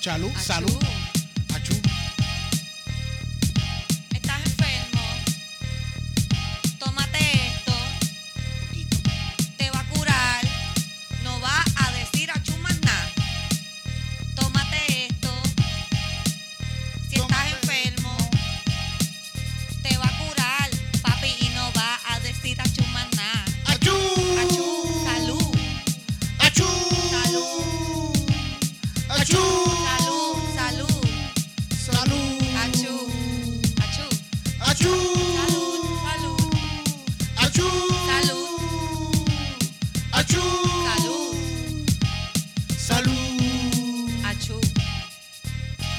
Salud, Achú. salud. Achú. Estás enfermo. Tómate esto. Te va a curar. No va a decir a chumas nada. Tómate esto. Si Tómate estás enfermo, te va a curar, papi, y no va a decir a chumas nada. Achú. Achú, salud. Achú. Salud. Achú. Salud, salud. Salud. Achú. Achú. Achú. Salud, salud. Achú. Salud. Achú. Salud. Salud. Achú.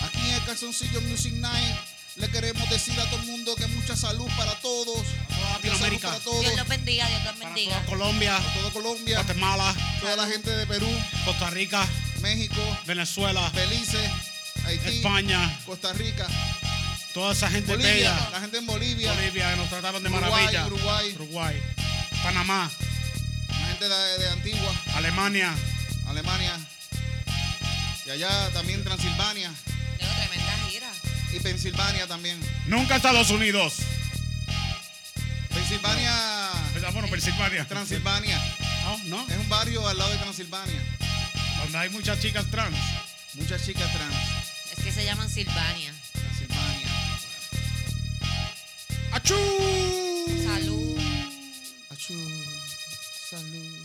Aquí en el Calzoncillo Music Night le queremos decir a todo el mundo que mucha salud para todos. Mucha salud Latinoamérica. Para todos. Dios los bendiga, Dios los Para bendiga. toda Colombia, para todo Colombia. Guatemala, Toda la gente de Perú, Costa Rica, México, Venezuela, Belice, Haití, España, Costa Rica, toda esa gente Bolivia, bella, la gente en Bolivia, Bolivia, que nos trataron de Uruguay, maravilla, Uruguay. Uruguay, Panamá, la gente de, de Antigua, Alemania, Alemania, y allá también Transilvania Dios, tremenda gira. y Pensilvania también. nunca Estados Unidos, Pensilvania, Ah, bueno, Pensilvania, Transilvania, Ah, no, es un barrio al lado de Transilvania, donde hay muchas chicas trans, muchas chicas trans, Es que se llaman Silvania. Transilvania. ¡Achú! Salud. Achú, salud.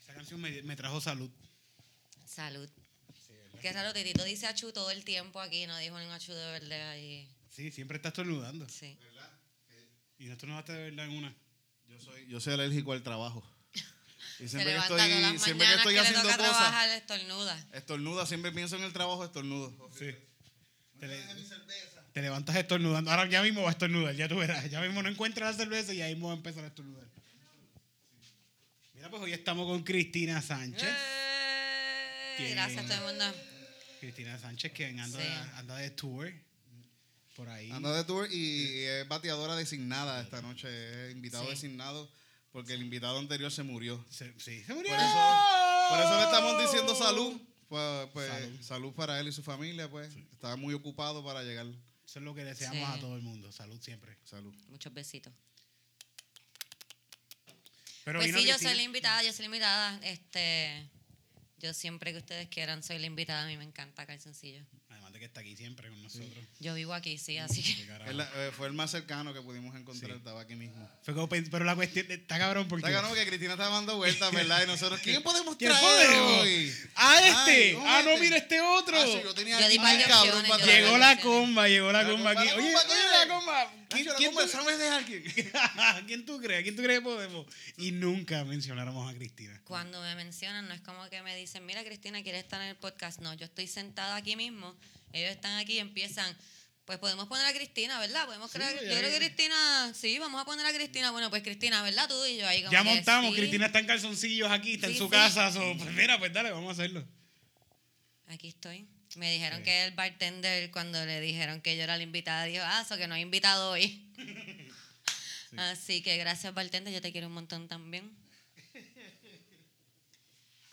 esa canción me, me trajo salud, Salud. Qué raro, Titito dice achú todo el tiempo aquí, no dijo ni un achú de verdad ahí. sí, siempre estás estornudando, Sí. y no estornudaste de verdad en una, Yo soy, yo soy alérgico al trabajo. Y Se siempre que levanta estoy, todas las siempre que mañanas estoy que le haciendo toca cosas, trabajar estornuda. estornudo, siempre pienso en el trabajo, estornudo. sí, te, le- te levantas estornudando, ahora ya mismo va a estornudar, ya tú verás, ya mismo no encuentras la cerveza y ahí mismo va a empezar a estornudar. Mira, pues hoy estamos con Cristina Sánchez. Eh. ¡Ey! Bien. Eh, Gracias a todo el mundo. Cristina Sánchez, que anda, Sí. anda de tour por ahí. Ando de tour y es bateadora designada esta noche, es invitado Sí. designado porque el invitado anterior se murió. Se, sí, se murió. Por eso, por eso le estamos diciendo salud. Pues, pues, Salud. salud. para él y su familia, pues. Estaba muy ocupado para llegar. Eso es lo que deseamos Sí. a todo el mundo. Salud siempre. Salud. Muchos besitos. Pero pues vino sí, yo Cristina. soy la invitada, yo soy la invitada. Este, yo siempre que ustedes quieran soy la invitada, a mí me encanta calzoncillo. Además de que está aquí siempre con nosotros. Yo vivo aquí, sí, así Qué que... carajo. Es la- eh, fue el más cercano que pudimos encontrar, Sí. estaba aquí mismo. Fue como pen- pero la cuestión está cabrón porque. Está cabrón que Cristina estaba dando vueltas, ¿verdad? Y nosotros, ¿quién podemos ¿Quién traer podemos? hoy? ¡Ah, este! Ay, ¿cómo ¡Ah, no, este? mira este otro! Ah, sí, yo tenía Yo di aquí par un de cabrón opciones, para yo traer. di Llegó par la de comba, llegó la La comba comba, aquí. la Oye, comba, oye, ¿quién la comba. ¿Quién, Nacho, la quién compa, tú- ¿sabes de alguien? ¿Quién tú crees? ¿Quién tú crees que podemos? Y nunca mencionáramos a Cristina. Cuando me mencionan, no es como que me dicen, mira Cristina, ¿quieres estar en el podcast? No, yo estoy sentada aquí mismo, ellos están aquí y empiezan, pues podemos poner a Cristina, ¿verdad? Podemos crear, pues, ya yo creo que- que Cristina, sí, vamos a poner a Cristina, bueno, pues Cristina, ¿verdad? Tú y yo ahí como Ya que, montamos, sí. Cristina está en calzoncillos aquí, está en Sí, su sí. casa. so, pues mira, pues dale, vamos a hacerlo. Aquí estoy. Me dijeron que el bartender, cuando le dijeron que yo era la invitada, dijo, ah, eso que no he invitado hoy. Así que gracias, bartender, yo te quiero un montón también.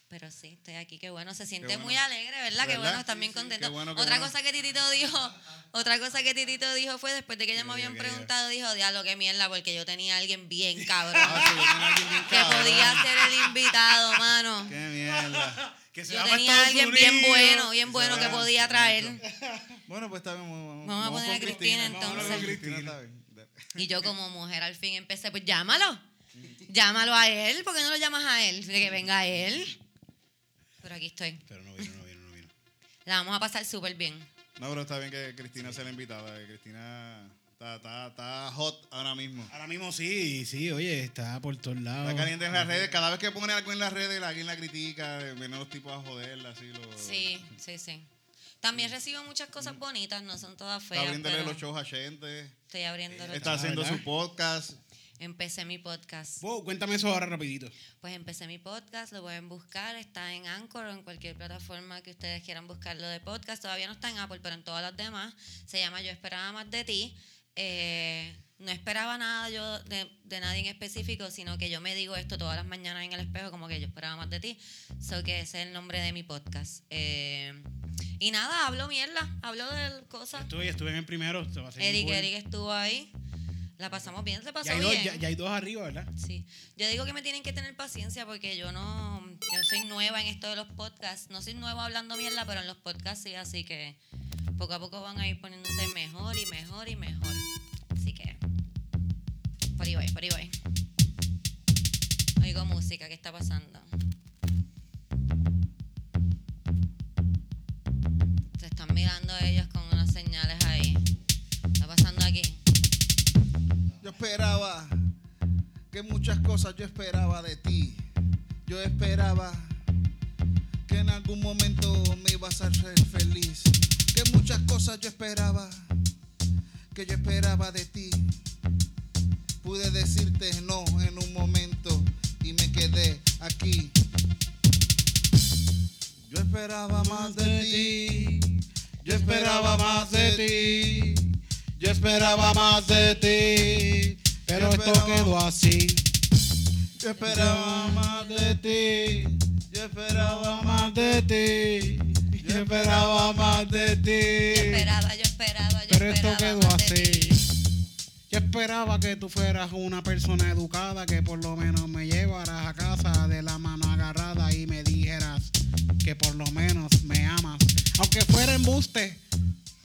Pero sí, estoy aquí, qué bueno, se siente bueno. muy alegre, ¿verdad? Qué ¿Verdad? bueno, también Sí, sí, contento. qué bueno, qué otra bueno. cosa que Titito dijo, otra cosa que Titito dijo fue después de que ya me habían ya, ya, ya. preguntado, dijo, diablo, qué mierda, porque yo tenía a alguien bien cabrón Ah, sí, yo tenía aquí un que cabrón. podía ser el invitado, mano. ¡Qué mierda! Que se Yo va para tenía a Estados alguien bien Unidos. bueno, bien bueno que va. podía traer. Bueno, pues está bien. Vamos, Vamos a poner con a Cristina, Vamos a entonces. Cristina, está bien. Y yo como mujer al fin empecé, pues llámalo. Llámalo a él, ¿por qué no lo llamas a él? De que venga él. Pero aquí estoy. Pero no vino, no vino, no vino. La vamos a pasar súper bien. No, pero está bien que Cristina sea la invitada. que Cristina está, está, está hot ahora mismo. Ahora mismo sí, sí, oye, está por todos lados. Ah. Está caliente en las redes. Cada vez que pone algo en las redes, alguien la critica. eh, Vienen los tipos a joderla, así. Lo, Sí, sí, sí. También recibo muchas cosas bonitas, no son todas Está feas. abriéndole pues, pero los shows a gente. Estoy abriéndolo. Está Ah, haciendo ¿verdad? su podcast. Empecé mi podcast. Wow, cuéntame eso ahora rapidito. Pues empecé mi podcast, lo pueden buscar, está en Anchor o en cualquier plataforma que ustedes quieran buscarlo de podcast. Todavía no está en Apple, pero en todas las demás. Se llama Yo esperaba más de ti. Eh, no esperaba nada yo de, de nadie en específico, sino que yo me digo esto todas las mañanas en el espejo, como que yo esperaba más de ti. So que ese es el nombre de mi podcast. Eh, y nada, hablo mierda, hablo de cosas. Estuve, estuve en el primero. se va a seguir Eric, cool. Eric estuvo ahí. La pasamos bien, se pasó Ya hay, bien. dos, ya, ya hay dos arriba, ¿verdad? Sí. Yo digo que me tienen que tener paciencia porque yo no, yo soy nueva en esto de los podcasts. No soy nueva hablando mierda, pero en los podcasts sí, así que poco a poco van a ir poniéndose mejor y mejor y mejor. Así que por ahí voy, por ahí voy. Oigo música, ¿qué está pasando? Se están mirando ellos con unas señales ahí. ¿Qué está pasando aquí? Yo esperaba que muchas cosas yo esperaba de ti. Yo esperaba que en algún momento me ibas a hacer feliz. Que muchas cosas yo esperaba, que yo esperaba de ti. Pude decirte no en un momento y me quedé aquí. Yo esperaba más de ti. Yo esperaba más de ti. Yo esperaba más de ti, pero Yo esto esperaba- quedó así. Yo esperaba más de ti. ti, Yo esperaba más más de ti. Yo esperaba más de Yo ti, esperaba, yo esperaba, yo pero esto esperaba. quedó más de ti. así. Yo esperaba que tú fueras una persona educada que por lo menos me llevaras a casa de la mano agarrada y me dijeras que por lo menos me amas. Aunque fuera embuste,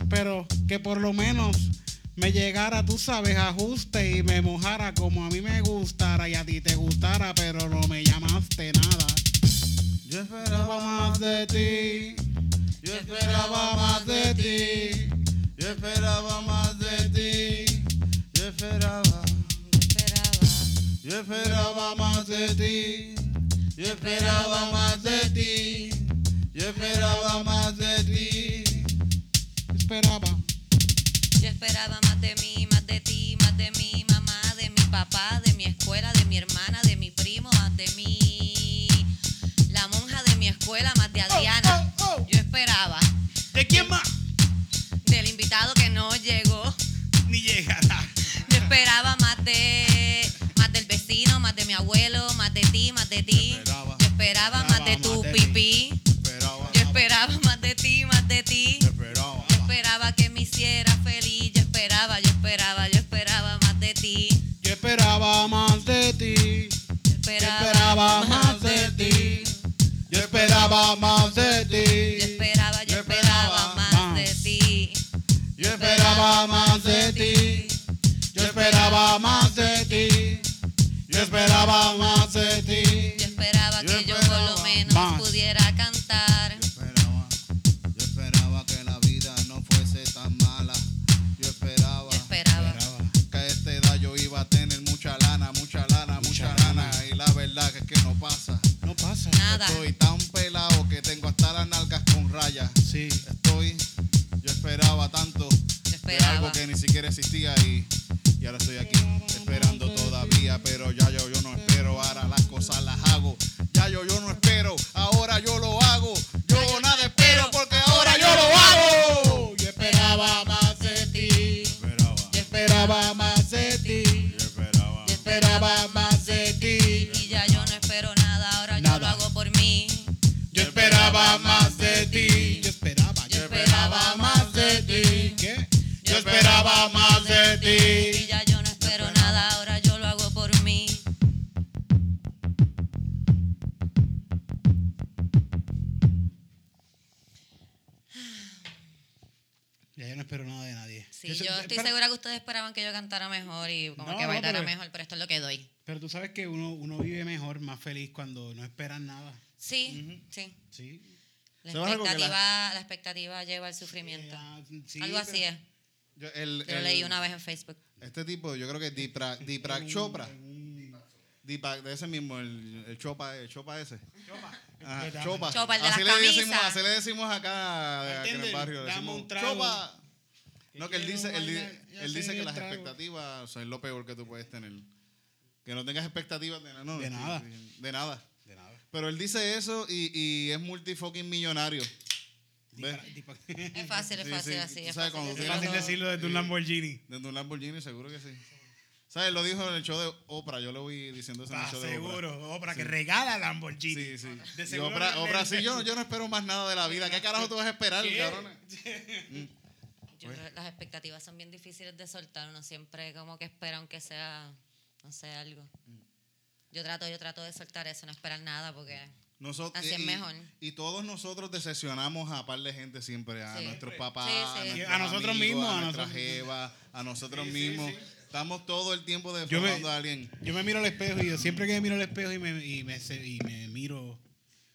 pero que por lo menos me llegara, tú sabes, ajuste y me mojara como a mí me gustara y a ti te gustara, pero no me llamaste nada. Yo Esperaba más de ti, yo esperaba más de ti, yo esperaba más de ti, yo esperaba, Yo esperaba, yo esperaba más de ti, yo esperaba más de ti, yo esperaba más de ti, esperaba. yo esperaba más de mí, más de ti, más de mi mamá, de mi papá, de mi escuela, de mi hermana, de mi primo, más de mi la monja de mi escuela, más de Adriana. Yo esperaba ¿De quién más? del invitado que no llegó. Ni llegará. Yo esperaba más de más del vecino, más de mi abuelo, más de ti, más de ti. Yo esperaba. Yo esperaba más de tu Esperaba más de pipí. esperaba, Yo esperaba más de ti, más de ti. esperaba, Yo esperaba que me hiciera feliz, yo esperaba, yo esperaba, yo esperaba más de ti. Yo esperaba más de ti, Yo yo esperaba, esperaba más de ti, yo esperaba más de Yo ti, esperaba, yo Yo esperaba esperaba más de ti. yo esperaba más de ti, yo esperaba más de ti, yo esperaba más de Yo ti, esperaba Yo que yo por lo esperaba menos más. pudiera cantar. Yo esperaba, yo esperaba que la vida no fuese tan mala, yo esperaba. Yo esperaba, Que a esta edad yo iba a tener mucha lana, mucha lana, mucha, lana. Y la verdad que es que no pasa. No pasa. nada. Estoy tan pelado que tengo hasta las nalgas con rayas. Sí. Estoy, yo esperaba tanto Yo de algo esperaba, que ni siquiera existía y, y ahora estoy aquí esperando todavía, pero ya yo, yo no espero, ahora las cosas las hago. Ya yo, yo no espero, ahora yo lo hago. Yo yo nada no espero espero, porque ahora yo lo hago. yo esperaba más de ti, Esperaba, yo esperaba más de ti, yo esperaba, yo yo esperaba más de ti, Y ya yo no espero nada, ahora yo Nada. lo hago por mí. yo esperaba más de ti, Yo esperaba. Yo Yo, esperaba más de ti. ¿Qué? yo esperaba más de Y ti. ya yo no espero nada, ahora yo lo hago por mí. Ya yo no espero nada de nadie. Sí, Yo yo, sé- estoy pero- segura que ustedes esperaban que yo cantara mejor y como No, que no, bailara pero- mejor, pero esto es lo que doy. Pero tú sabes que uno, uno vive mejor, más feliz cuando no esperas nada. Sí, sí. Sí. La ¿Sabes algo que expectativa, la expectativa lleva al sufrimiento. Ah, sí, Algo así pero- es. Yo, el- Yo lo el- leí una Mm. vez en Facebook. Este tipo, yo creo que es Deepak, Deepak Chopra. Deepak, de ese mismo, el, el Chopa, el Chopa ese. Ajá, Chopa. Chopa. Chopa, el de así las le decimos, camisas. así le decimos acá, acá en el ¿Entienden? barrio. le Dame decimos, un trago. Chopa. No, que él quiero dice, él, di- bailar, ya él sé dice que el las trago. expectativas son lo peor que tú puedes tener. Que no tengas expectativas de, na- no, De sí, nada. sí, de nada. De nada. Pero él dice eso y, y es multifucking millonario. ¿Ves? Dispara- dispara- Es fácil, es Sí, fácil sí, así. tú Es fácil, sabes cuando Es Sí, decirlo fácil todo. decirlo desde un Lamborghini. Dentro de un Lamborghini, seguro que sí. ¿Sabes? Lo dijo en el show de Oprah. Yo lo vi diciendo eso en el Ah, show de Oprah. seguro, Oprah, que Sí. regala Lamborghini. Sí, sí. De Y seguro Oprah, le- Oprah, sí, yo, yo no espero más nada de la vida. ¿Qué carajo tú vas a esperar, ¿Qué? cabrón? Yo pues. creo que las expectativas son bien difíciles de soltar. Uno siempre como que espera aunque sea, no sé, algo. Mm. Yo trato, yo trato de soltar eso, no esperar nada porque... Nosotros, Así es y- mejor. Y todos nosotros decepcionamos a par de gente siempre, a Sí. nuestros papás, Sí, sí. a, A nosotros mismos, a a nuestras nosotros- jevas, a nosotros Sí, sí, mismos. sí. Estamos todo el tiempo Yo me- defraudando a alguien. Yo me miro al espejo y yo siempre que me miro al espejo y me, y me, se- y me miro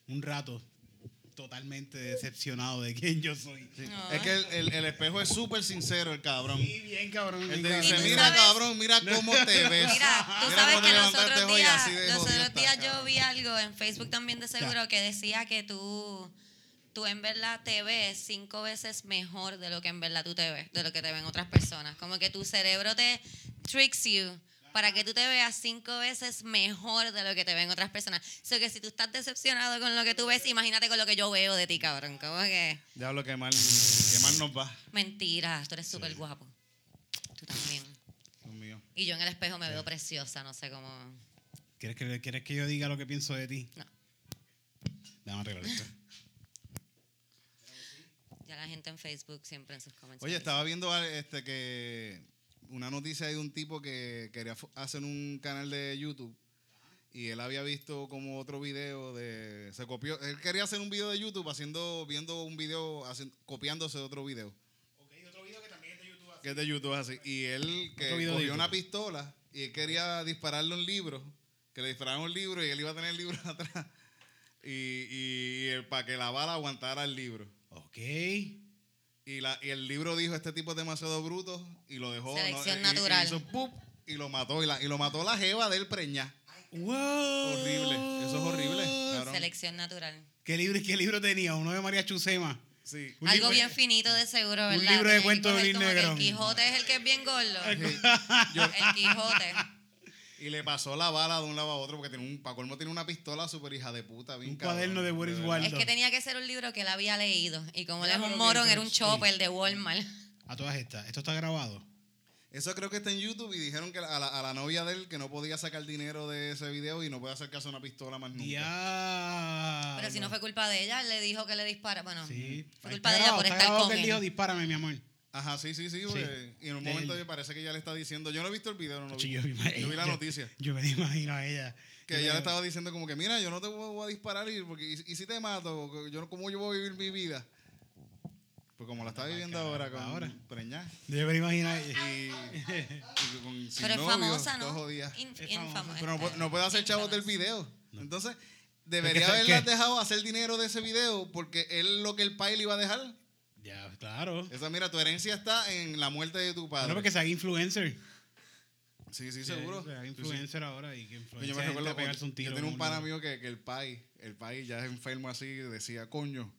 un rato totalmente decepcionado de quién yo soy. Sí. No. Es que el, el- el espejo es súper sincero, el cabrón. Y bien cabrón. Él bien te cabrón. dice, ¿Y tú mira sabes? cabrón, mira cómo te ves. Mira, tú Mira sabes cómo te que los levantaste otros hoy, días, así de los jodido otros días estás, yo cabrón. vi algo en Facebook también de seguro que decía que tú, tú en verdad te ves cinco veces mejor de lo que en verdad tú te ves, de lo que te ven otras personas. Como que tu cerebro te tricks you para que tú te veas cinco veces mejor de lo que te ven otras personas. O sea que si tú estás decepcionado con lo que tú ves, imagínate con lo que yo veo de ti, cabrón. Como que Diablo, qué mal, qué mal nos va. mentira, tú eres súper guapo. Tú también. Dios mío. Y yo en el espejo me veo preciosa, no sé cómo... ¿Quieres que, ¿Quieres que yo diga lo que pienso de ti? No. Déjame arreglar esto. Ya la gente en Facebook siempre en sus comentarios. Oye, estaba viendo al- este que una noticia de un tipo que quería fo- hacer un canal de YouTube y él había visto como otro video de se copió, él quería hacer un video de YouTube haciendo viendo un video haciendo- copiándose de otro video. que es de YouTube así. Y él que Otro video de cogió YouTube. una pistola y él quería dispararle un libro, que le dispararon un libro y él iba a tener el libro atrás. Y, y, para que la bala aguantara el libro. Ok. Y, la, y el libro dijo, este tipo es demasiado bruto y lo dejó. Selección y- natural. Y, hizo ¡pup! y lo mató. Y, la, y lo mató la jeva del preñá. Wow. Horrible. Eso es horrible. cabrón. Selección natural. ¿Qué libro, ¿Qué libro tenía? Uno de María Chusema. Sí. Un Algo libro- bien finito de seguro, un ¿verdad? libro de Tenía que cuentos de coger Luis como que Negrón. El Quijote es el que es bien gordo. Sí. Yo- El Quijote. y le pasó la bala de un lado a otro porque tiene un, pa' colmo tiene una pistola super hija de puta. bien Un cabrón, cuaderno de Boris verdad. Waldo. Es que tenía que ser un libro que él había leído. Y como él es Claro un que morón, sí. era un chopper de Walmart. A todas estas. Esto está grabado. Eso creo que está en YouTube y dijeron que a la, a la novia de él que no podía sacar dinero de ese video y no puede acercarse a una pistola más nunca. Ya. Pero si no fue culpa de ella, él le dijo que le dispara. Bueno, Sí. fue Ahí está culpa de ella grabado, por está estar grabado con que él dijo, él. dispárame, mi amor. Ajá, sí, sí, sí. porque- Y en un De momento él. me parece que ya le está diciendo. Yo no he visto el video, no lo Yo, vi. yo me imagino- Yo vi la yo- noticia. Yo me la imagino a ella. Que Yo me- ella le estaba diciendo como que, mira, yo no te voy voy a disparar y, porque, y, y si te mato, yo, no- ¿cómo yo voy a vivir mi vida? Pues como la está viviendo ahora con ahora. preñada Yo me la imagino a y, ella. y con sin Pero es novio, famosa, todo ¿no? este, jodida. In- Es infamo- famosa. Pero no, pu- no puede hacer chavos del Infamous. video. Entonces, Es debería que- haberla que- dejado hacer dinero de ese video porque él lo que el país le iba a dejar. Ya, claro. Esa, mira, tu herencia está en la muerte de tu padre. No porque se haga influencer. Sí, Sí, sí, seguro. Se haga Sí, sí. influencer ahora y que Pues influencer. Yo me recuerdo pegarse un tiro. Yo tenía un con pana mío que, que el país, el país ya enfermo así, decía, coño,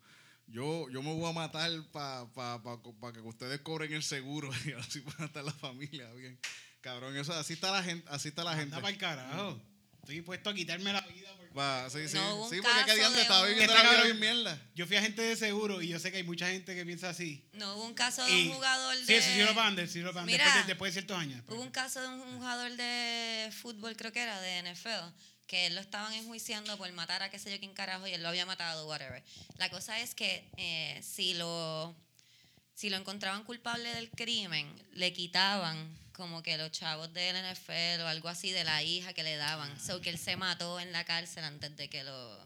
yo, yo me voy a matar para pa, pa- pa que ustedes cobren el seguro y así para estar la familia bien. Cabrón, eso, así está la gente, así está la gente. Anda para el carajo. Estoy dispuesto a quitarme la vida. porque- Va, sí, sí, No hubo un sí, porque caso que diantre de estaba un- viviendo Está la vida Este cabrón. bien mierda. Yo fui agente de seguro y yo sé que hay mucha gente que piensa así. No hubo un caso de Y- un jugador de. Sí, sí, sí lo pagan, de- sí lo pagan. Mira. Después, de, después de ciertos años. después. Hubo un caso de un jugador de fútbol, creo que era, de NFL, que lo estaban enjuiciando por matar a qué sé yo quién carajo y él lo había matado, whatever. La cosa es que eh, si lo si lo encontraban culpable del crimen, le quitaban como que los chavos del NFL o algo así de la hija que le daban. So que él se mató en la cárcel antes de que lo...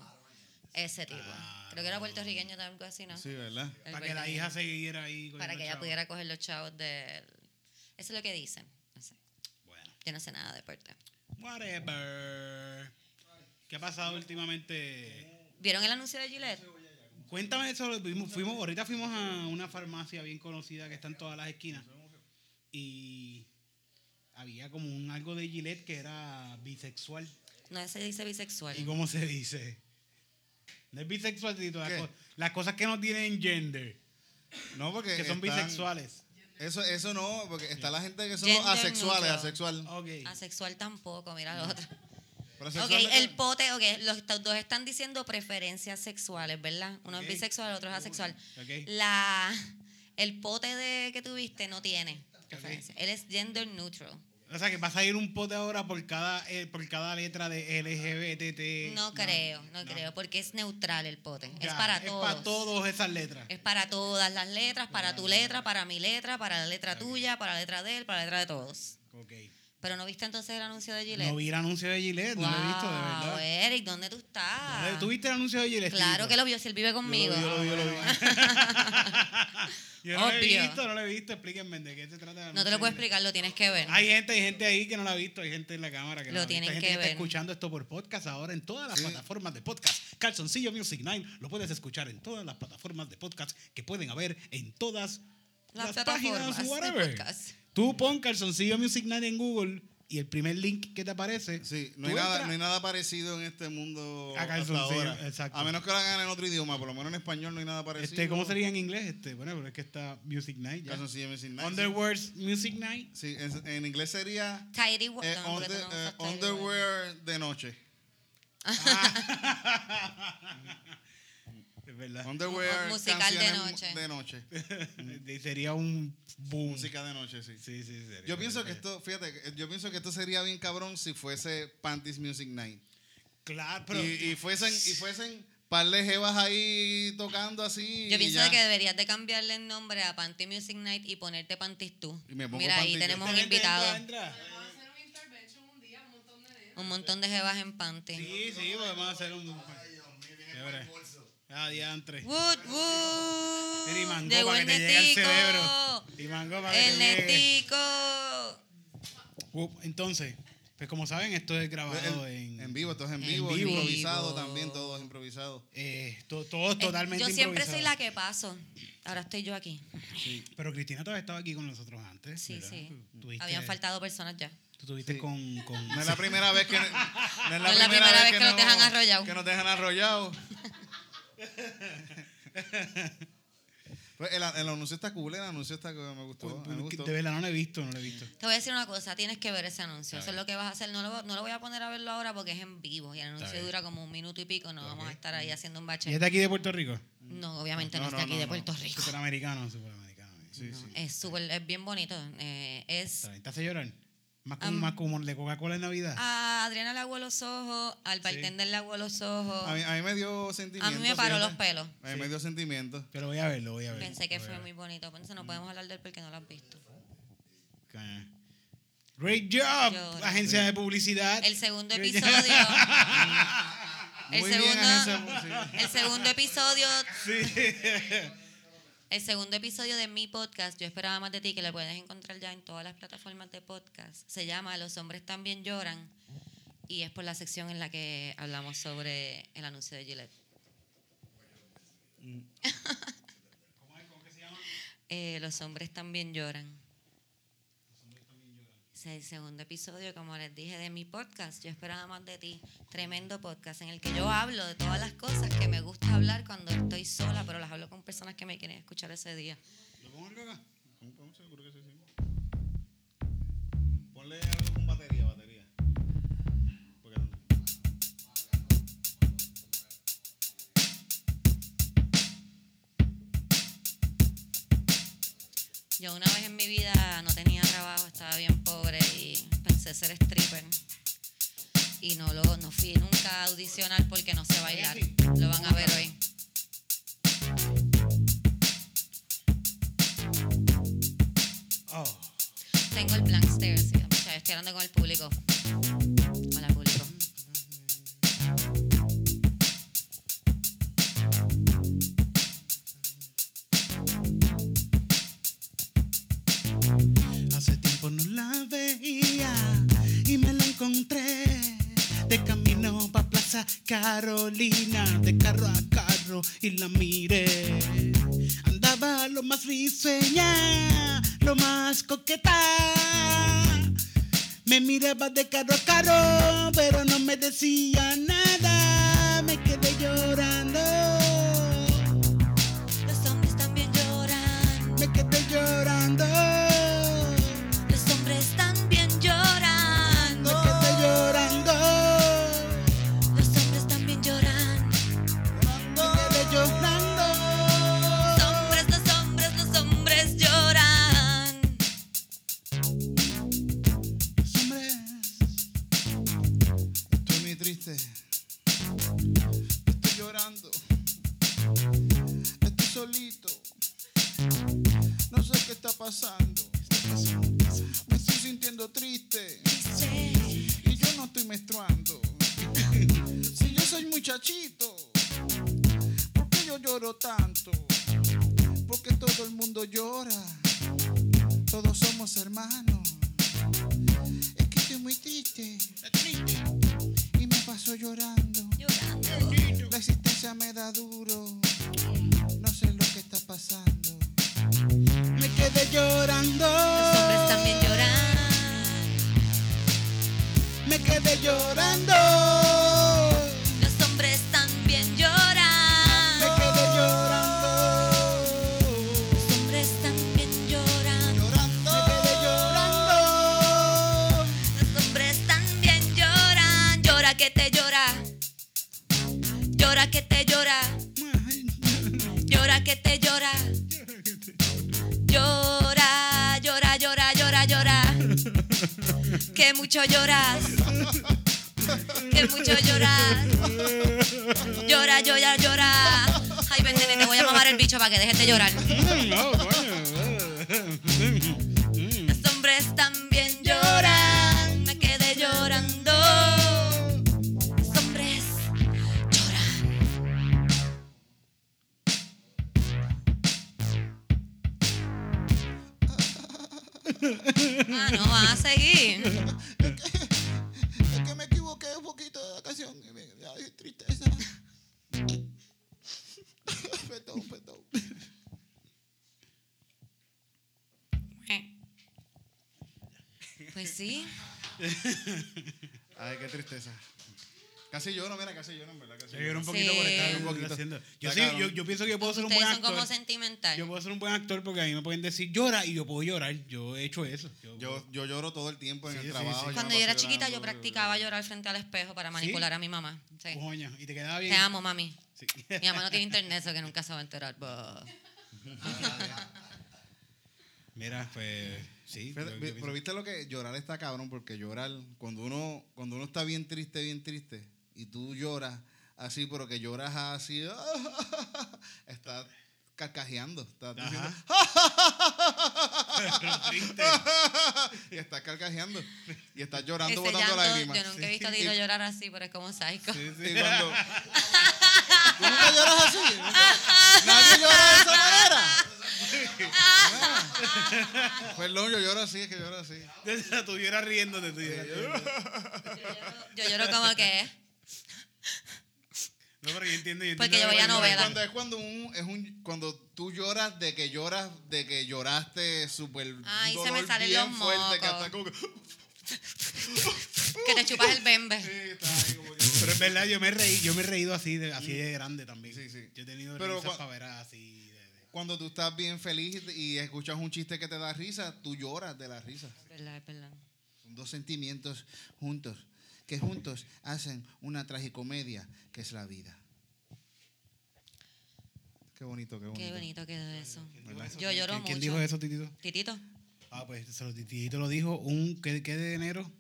Ese tipo. Creo que era puertorriqueño o algo así, ¿no? Sí, ¿verdad? Para que El la puertorriqueño. hija siguiera ahí. Para cogiendo que ella chavos. pudiera coger los chavos del... Eso es lo que dicen. No sé. Bueno, Yo no sé nada de deporte. whatever. ¿Qué ha pasado últimamente? ¿Vieron el anuncio de Gillette? Cuéntame eso. Fuimos, fuimos- ahorita fuimos a una farmacia bien conocida que está en todas las esquinas. Y había como un algo de Gillette que era bisexual. No, ese dice bisexual. ¿Y cómo se dice? No es bisexual, Tito, las, ¿Qué? co- las cosas que no tienen gender, No, porque que son están- bisexuales. Eso, eso no, porque está la gente que son Gender asexuales, neutral. asexual. Ok. Asexual tampoco, mira lo otro. Pero Ok, asexual no- el pote, ok, los t- dos están diciendo preferencias sexuales, ¿verdad? Uno Ok. es bisexual, el otro es asexual. Ok. La, el pote de, que tuviste no tiene preferencia. Él es gender neutral. O sea, que vas a ir un pote ahora por cada, eh, por cada letra de LGBT. No creo, no, creo, porque es neutral el pote. es Ya, para todos. Es para todos esas letras. Es para todas las letras, para tu letra, para mi letra, para la letra tuya, para la letra de él, para la letra de todos. Ok. Pero no viste entonces el anuncio de Gillette. No vi el anuncio de Gillette, no lo he visto, de Wow, verdad. Eric, ¿dónde tú estás? ¿Tú viste el anuncio de Gillette? Claro Tito? que lo vio, si él vive conmigo. Yo lo vi, yo lo vi, yo lo vi. Yo no lo he Obvio. visto, no lo he visto. Explíquenme de qué se trata. el No te anuncio lo puedo de Gillette. explicar, lo tienes que ver. Hay gente, hay gente ahí que no la ha visto, hay gente en la cámara que no Lo la ha visto. tienen Hay gente que está ver. escuchando esto por podcast ahora en todas las Sí. plataformas de podcast. Calzoncillo Music Nine lo puedes escuchar en todas las plataformas de podcast que pueden haber en todas Las las, páginas plataformas de whatever. podcast. Tú pon Calzoncillo Music Nine en Google y el primer link que te aparece. Sí, no tú hay, nada, entras- no hay nada parecido en este mundo A hasta calzoncillo, ahora. exacto. A menos que lo hagan en otro idioma, por lo menos en español no hay nada parecido. Este, ¿Cómo sería en inglés? Este, bueno, pero es que está Music Night. Ya. Calzoncillo Music Night. Underwords Music Night. Sí, en, en inglés sería Tidy wa- eh, no, porque tú under- no eh, usas tidy wa- underwear de noche. Es verdad. Underwear musical de canciones noche. mu- de noche. Y Sería un boom. Música de noche, sí. Sí, eh. sí, sería. Yo pienso que esto, fíjate, yo pienso que esto sería bien cabrón si fuese Panties Music Night. Claro, pero. y, y fuesen, y fuesen par de jevas ahí tocando así. Yo y pienso ya. de que deberías de cambiarle el nombre a Panty Music Night y ponerte Panties tú. Y me pongo Mira, ahí panties yo. tenemos un Entra, invitado. entra, entra. Vamos a hacer un intervention un día, un montón de nenes. Un montón de jebas en panty. Sí, sí, podemos hacer un. Chévere. Ah, diantre. Wood, wood. Ten y mango Llegó para el que te llegue al netico. cerebro. Y mango para que El te llegue. netico. Uh, Entonces, pues como saben, esto es grabado En, en. vivo, esto es en En vivo, vivo. improvisado también, todo es improvisado. eh, to- todo Eh, totalmente Yo siempre improvisado. soy la que paso. Ahora estoy yo aquí. Sí, Pero Cristina todavía estaba aquí con nosotros antes. Sí, ¿verdad? sí. Tú tuviste- Habían faltado personas ya. Tú tuviste Sí. con. con No es la primera vez que no es la, primera vez que nos dejan arrollado. Que nos dejan arrollado. Pues el, el anuncio está cool, el anuncio está que me gustó, me gustó. de verdad no la he visto, no la he visto. Te voy a decir una cosa, tienes que ver ese anuncio. Eso es lo que vas a hacer. No lo, no lo voy a poner a verlo ahora porque es en vivo y el anuncio bien. dura como un minuto y pico. No vamos a estar ahí haciendo un ¿Y es bache. de aquí de Puerto Rico? No, obviamente no, Mm. No, es de no, aquí no, de no. Puerto Rico. Superamericano, superamericano. Sí, No, Es súper, es bien bonito. Eh, es ¿Te hace llorar? Más como, más como el de Coca-Cola en Navidad. a Adriana le aguó los ojos, al bartender le aguó los ojos. a, mí, a mí me dio A sentimiento. mí me paró fíjate. los pelos. A mí me dio sentimiento. Pero voy a verlo, voy a ver. Pensé que voy a fue ver. muy bonito. Pensé, Mm. no podemos hablar de él porque no lo has visto. Ah. Great job, Lloro. agencia de publicidad. El segundo Great episodio. El Muy bien, segundo, Aranza, sí. el segundo episodio. El segundo episodio de mi podcast, Yo esperaba más de ti, que lo puedes encontrar ya en todas las plataformas de podcast. Se llama Los hombres también lloran y es por la sección en la que hablamos sobre el anuncio de Gillette. Eh, los hombres también lloran. Es el segundo episodio, como les dije, de mi podcast. Yo esperaba más de ti. Tremendo podcast en el que yo hablo de todas las cosas que me gusta hablar cuando estoy sola, pero las hablo con personas que me quieren escuchar ese día. ¿Lo pongo algo acá? Seguro que sí, sí. Ponle algo con batería, batería. Porque... Yo una vez en mi vida no tenía trabajo, estaba bien pobre y pensé ser stripper. Y no lo no fui nunca a audicionar porque no sé bailar. Lo van a ver hoy. Oh, Tengo el blank stare, sí, o sea, estoy hablando con el público. Hola, público. Hace tiempo no la veía y me la encontré de camino pa Plaza Carolina, de carro a carro y la miré. Andaba lo más risueña, lo más coqueta. Me miraba de carro a carro, pero no me decía nada. Me quedé llorando, Los hombres también lloran. me quedé llorando, Los hombres también lloran. me quedé llorando. Los hombres también lloran. quedé llorando. Los hombres, los hombres, los hombres lloran. pasando. Me estoy sintiendo triste. Y yo no estoy menstruando. Si yo soy muchachito, ¿por qué yo lloro tanto? Porque todo el mundo llora. Todos somos hermanos. Es que estoy muy triste. Y me paso llorando. La existencia me da duro. No sé lo que está pasando. Me quedé llorando. Los hombres también lloran. Me quedé llorando. Los hombres también Me lloran. quedé llorando. Los hombres también lloran. Llorando. Me quedé llorando. Los hombres también lloran. Llora que te llora. Llora que te llora. Llora que te llora. Llora, llora, llora, llora, llora. Que mucho lloras. Que mucho lloras. Llora, llora, llora. Ay, ven, nene, te voy a mamar el bicho para que dejes de llorar. Mm, No, coño. Los hombres también lloran, me quedé llorando. Los hombres lloran. Ah, no, va a seguir. Es que me equivoqué un poquito de la canción. y me- Ay, tristeza. perdón, perdón. Pues sí, Ay, qué tristeza. Casi lloro, mira, casi lloro, en verdad. Casi Yo lloro un Sí. poquito por estar Un poquito. haciendo. Yo, Está sí, cabrón. yo, yo pienso que yo puedo ser un buen ustedes son actor. como sentimental. Yo puedo ser un buen actor porque a mí me pueden decir llora y yo puedo llorar. Yo he hecho eso. Yo, Yo, yo lloro todo el tiempo en Sí, el sí, trabajo. sí. me Cuando paso yo era chiquita llorando, yo practicaba llorar frente al espejo para manipular a mi mamá. Sí. Coño, y te quedaba bien. Te amo, mami. Sí. Mi mamá no tiene internet, eso que nunca se va a enterar. Bah. Mira, pues sí. yo- Fíjate, yo vi- pienso- Pero viste lo que llorar está cabrón, porque llorar, cuando uno, cuando uno está bien triste, bien triste, y tú lloras así, pero que lloras así, está carcajeando, está diciendo, Ajá. Pero triste. y está carcajeando, y está llorando, Ese botando llanto, lágrimas. yo nunca he visto a Tito llorar así, pero es como psycho. Sí, sí, cuando- ¿Tú nunca lloras así? ¿Nadie llora de esa manera? Ah. Perdón, yo lloro así, es que lloro así. Tú lloras riéndote. Tú lloras riéndote. Yo lloro como que No, pero yo entiendo. Yo Porque entiendo yo veía lo que- novela. Cuando es cuando un, es un cuando tú lloras de que lloras de que lloraste súper Ay, se me dolor salen bien los fuerte que mocos. hasta como que- que te chupas el bembe. Sí, está ahí como que- Pero es verdad, yo me he reído, yo me he reído así de, así de grande también. Sí, sí. Yo he tenido Pero risas cua- paveradas así. de- de- cuando tú estás bien feliz y escuchas un chiste que te da risa, tú lloras de la risa. Es verdad, es verdad. Son dos sentimientos juntos que juntos hacen una tragicomedia que es la vida. Qué bonito, qué bonito. Qué bonito quedó eso. Yo lloro ¿Quién- mucho. ¿Quién dijo eso, Titito? Titito, Ah, pues se lo, Titito lo dijo un ¿qué, qué de enero.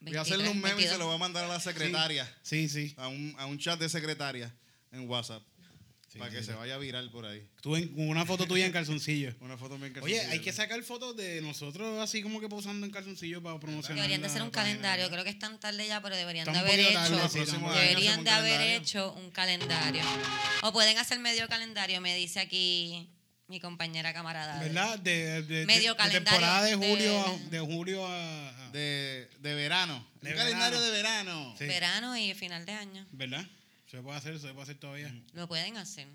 Voy a hacerle 23, un meme y se 22. lo voy a mandar a la secretaria, Sí, sí. a, un, a un chat de secretaria en WhatsApp, Sí, para sí, que sí. se vaya viral por ahí. Tú en- con una foto tuya en calzoncillo. Una foto bien Oye, calzoncillo, hay que ¿no? sacar fotos de nosotros así como que posando en calzoncillo para promocionar. Deberían de la hacer un página, calendario. ¿verdad? Creo que están tarde ya, pero deberían Está un de haber poquito tarde, hecho. sí, está un poquito tarde. deberían de Hacemos un haber calendario. hecho un calendario. O pueden hacer medio calendario, me dice aquí mi compañera camarada. de- ¿Verdad? De, de- de- Medio de calendario temporada de de- julio a, de julio a, a- de, de verano. De un verano. calendario de verano. Sí. Verano y final de año. ¿verdad? Se puede hacer, se puede hacer todavía. Lo pueden hacer.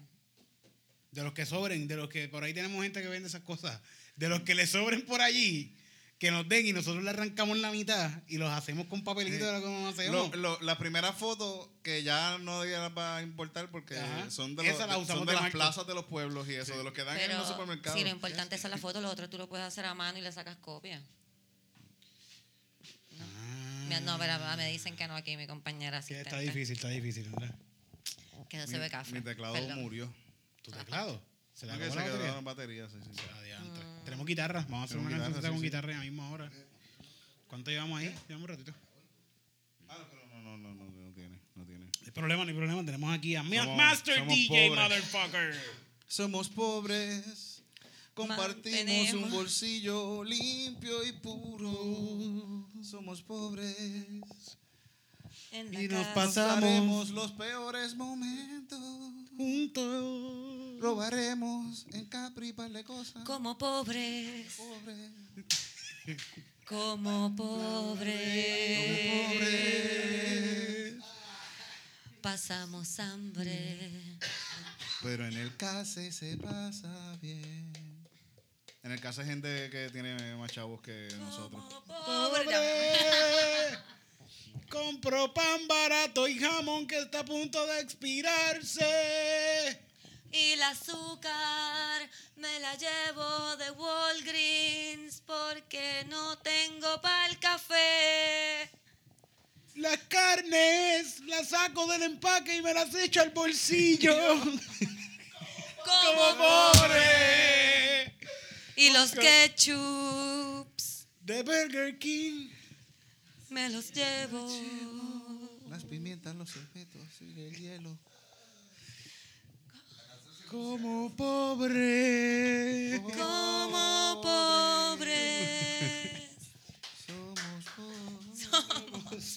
De los que sobren, de los que por ahí tenemos gente que vende esas cosas, de los que le sobren por allí, que nos den y nosotros le arrancamos la mitad y los hacemos con papelitos Sí. de lo que nos Eh, Lo- hacemos. lo- la primera foto que ya no las va a importar porque Ajá. son de, Esa los- la son usamos de de las marco. plazas de los pueblos y eso, de los que dan en Pero los supermercados. si lo importante es la foto, lo otro tú lo puedes hacer a mano y le sacas copia. No, Mira, no pero ah, me dicen que no aquí mi compañera Sí, asistente. está difícil, está difícil, ¿verdad? Que no Mi- se ve café. Mi teclado Perdón. murió. ¿Tu teclado? ¿Se la No, que acabó se la quedó batería? en batería, sí, sí, sí. Adiantre. Tenemos guitarra. Vamos a hacer Tenemos una guitarra, canción sí, con sí. guitarra ya mismo ahora. ¿Cuánto llevamos ahí? Llevamos un ratito. Ah, no, pero no, no, no, no, no tiene, no tiene. No hay problema, no hay problema. Tenemos aquí a Ma- Somos- Master somos DJ, pobres. motherfucker. Somos pobres, Compartimos Mantenemos. un bolsillo limpio y puro. Somos pobres En la Y nos casa. pasamos pasaremos los peores momentos. juntos. Robaremos en Capri par de cosas. Como pobres, Pobres. como pobres. Pasamos hambre. Pero en el case se pasa bien. En el case hay gente que tiene más chavos que nosotros. Como pobres. Compro pan barato y jamón que está a punto de expirarse. Y el azúcar me la llevo de Walgreens porque no tengo para el café. Las carnes las saco del empaque y me las echo al bolsillo. Como ¡Pobre! Y los ketchups De Burger King. me los llevo. Las pimientas, los cerbetos y el hielo. Como pobre. Como pobres. Somos pobres.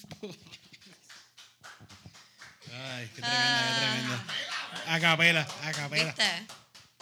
Ay, qué Ah. tremenda, qué tremenda. A capela, a capela. ¿Viste?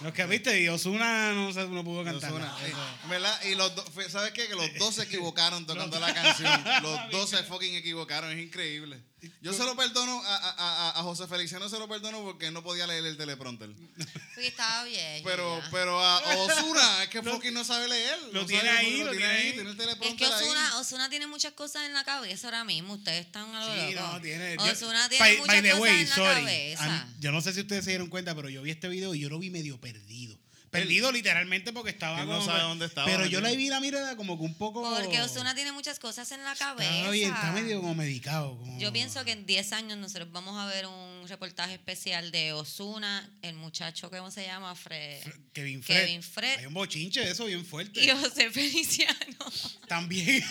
Los que viste, y Osuna no, sé, no pudo Nos cantar. suena, eh, ¿Verdad? Y los dos, fue- ¿sabes qué? Que los dos se equivocaron tocando la canción. Los dos se fucking equivocaron, es increíble. Yo se lo perdono a, a- a- a José Feliciano, se lo perdono porque no podía leer el teleprompter. Porque estaba bien. Pero, pero a Osuna, es que fucking no sabe leer. lo No tiene sabe, ahí, lo tiene ahí. Tiene el Es que teleprompter ahí. Osuna, Osuna tiene muchas cosas en la cabeza ahora mismo. Ustedes están a lo Sí, loco. no, tiene. yo- Osuna tiene by- by muchas the cosas way, en la sorry, cabeza. a mí- yo no sé si ustedes se dieron cuenta, pero yo vi este video y yo lo vi medio perdido. Perdido literalmente porque estaba. Él no como- sabe dónde estaba, Pero ¿no? yo le vi la mirada como que un poco. Porque Osuna tiene muchas cosas en la cabeza. Está bien, está medio como medicado. como- Yo pienso que en 10 años nosotros vamos a ver un reportaje especial de Osuna, el muchacho, ¿cómo se llama? Fred. Kevin Fred. Kevin Fred. Hay un bochinche de eso bien fuerte. Y José Feliciano. También.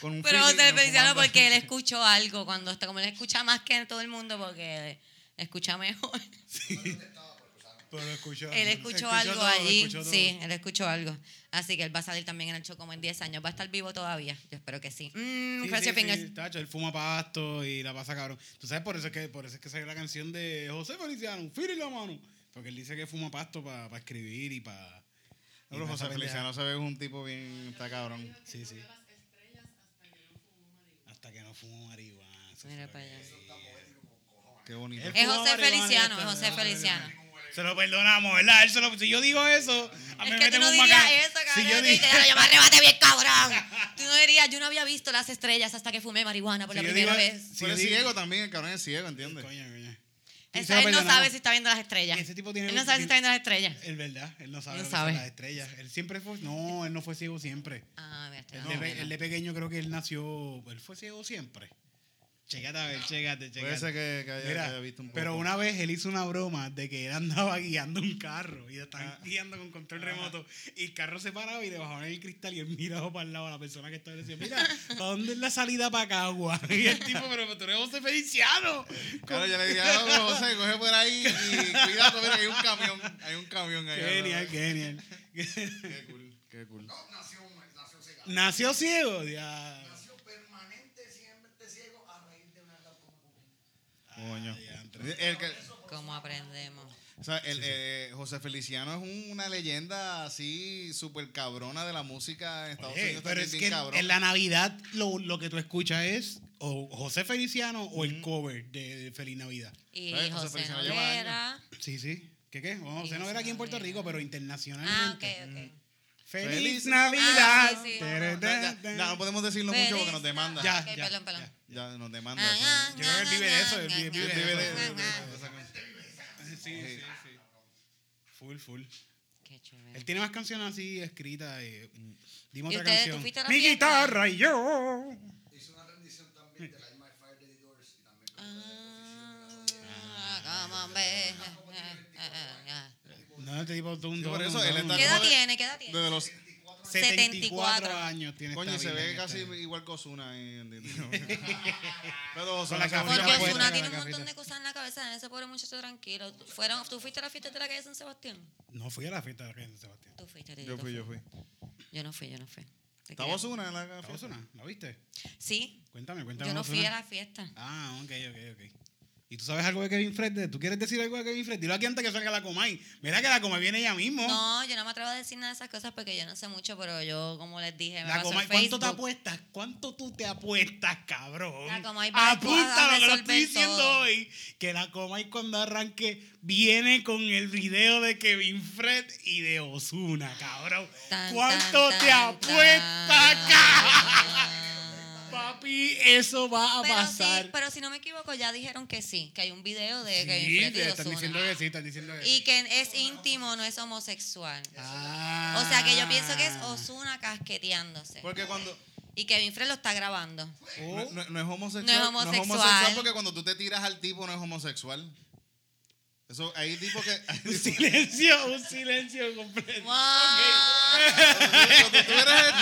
Con un Pero feeling, José no Feliciano fumando. porque él escuchó algo cuando está, como él escucha más que todo el mundo porque escucha mejor. Pero escuchó. Él escuchó algo todo, allí. escuchó todo. sí, él escuchó algo. Así que él va a salir también en el show como en 10 años. Va a estar vivo todavía. Yo espero que sí. Mm, Sí, cross sí, your fingers. sí, tacho, él fuma pasto y la pasa cabrón. Tú sabes por eso es que por eso es que salió la canción de José Feliciano, Fili la mano, porque él dice que fuma pasto para escribir y para No, pero José Feliciano se ve un tipo bien. Está cabrón. Sí, sí. Hasta que no fumo marihuana. eso Mira fue lo para que- allá. Qué bonito. Él Es fuma José marihuana, Feliciano, es hasta- José Feliciano. Se lo perdonamos, ¿verdad? Él se lo- si yo digo eso, a mí me Es que tú meten no un dirías macán. eso, cabrón. Si yo tú di- dices, "Ay, yo me arrebate bien, cabrón. Tú no dirías, yo no había visto las estrellas hasta que fumé marihuana por Si la yo primera digo- vez. si Pero yo es digo- ciego también, el cabrón es ciego, ¿entiendes? Coño, coño. Él, Se lo él no perdonamos. sabe si está viendo las estrellas. Ese tipo tiene- él no sabe si está viendo las estrellas. Es verdad, él no sabe No lo que son sabe. las estrellas. Él siempre fue. No, él no fue ciego siempre. Ah, mira, este Él, no, de, pe- mira. él de pequeño creo que él nació. Él fue ciego siempre. Chécate a ver, chécate, Puede chécate. ser que, que haya, que Mira, haya visto un poco. pero una vez él hizo una broma de que él andaba guiando un carro y lo estaban Ah. guiando con control remoto y el carro se paraba y le bajaban el cristal y él miraba para el lado a la persona que estaba y le decía, mira, ¿para dónde es la salida para Cagua? Y el tipo, pero tú eres José Feliciano. Claro, yo le diría, "Ah, José, coge por ahí y cuidado, mira que hay un camión, hay un camión ahí. Qué genial, qué genial. Qué cool, qué cool. Nació ciego, ya. Coño. Ah, diantre. El que- ¿Cómo aprendemos? o sea, el, eh, José Feliciano es un- una leyenda así súper cabrona de la música en Estados Oye, Unidos. pero también es bien que en- cabrón. en la Navidad lo, lo que tú escuchas es o José Feliciano o Mm. el cover de, de Feliz Navidad. Y ¿Sabes? José José Feliciano lleva Noguera. Sí, sí. ¿Qué qué? Bueno, José Sí, no era aquí en Puerto Noguera. Rico, pero Ah, ok, internacionalmente. ok. ¡Feliz, Feliz Navidad! Ah, sí, sí. Tere, No, ya, tere, tere. ya no podemos decirlo mucho porque nos demanda. Ya. Ok, perdón, perdón. Ya nos demanda. Ah, ah, Yo creo que él vive de eso, él vive- Yo vive te iba a de decir- ah, ah. Sí, sí, sí. Full, full. Qué Él chévere. tiene más canciones así escritas. eh, Dime ¿Y otra ustedes, tú canción. fuiste a la Mi fiesta? guitarra y yo. Ah, cómo ves. Ah, ah, ah. No, te tipo tú un Sí, por don, eso un él don, está un ¿Qué edad como de- tiene? ¿Qué edad tiene? Desde los 74 74. años tiene Coño, y esta se vida ve en casi este- igual que Osuna. Pero Con la Osuna se cafita Porque puesta, bonita. Osuna la tiene un cafita. montón de cosas en la cabeza. Ese pobre muchacho tranquilo. ¿Tú- Fueron, ¿Tú fuiste a la fiesta de la calle San Sebastián? No fui a la fiesta de San Sebastián. Tú fuiste, Tito, Yo tú fui, yo fui. fuiste. Yo no fui, yo no fui. Te ¿Estaba creo. Osuna en la ¿Estaba fiesta? Ozuna? ¿La viste? Sí, Cuéntame, cuéntame. yo no fui Ozuna. a la fiesta. Ah, ok, ok, ok. ¿Y tú sabes algo de Kevin Fred? ¿Tú quieres decir algo de Kevin Fred? Dilo aquí antes que salga la Comay. Mira que la Comay viene ella mismo. No, yo no me atrevo a decir nada de esas cosas porque yo no sé mucho, pero yo, como les dije, me La paso en Comay, ¿cuánto te Facebook. apuestas? ¿Cuánto tú te apuestas, cabrón? La Comay va a Apunta lo que lo estoy resolver diciendo todo. hoy. Que la Comay cuando arranque viene con el video de Kevin Fred y de Osuna, cabrón. Tan, ¿Cuánto tan, te tan, apuestas, tan. cabrón? Papi, eso va a Pero pasar. sí, pero si no me equivoco, ya dijeron que sí, que hay un video de Sí, Kevin Fred y están Ozuna. diciendo que sí, están diciendo que Y sí. que es íntimo, no es homosexual. Ah. O sea que yo pienso que es Osuna casqueteándose. Pues Porque cuando. Y Kevin Fred lo está grabando. Uh. No, Oh. no- no es homosexual. No es homosexual. porque cuando tú te tiras al tipo no es homosexual. Eso, hay tipos que. Un silencio, un silencio completo. Wow. Cuando tú eres el Ah.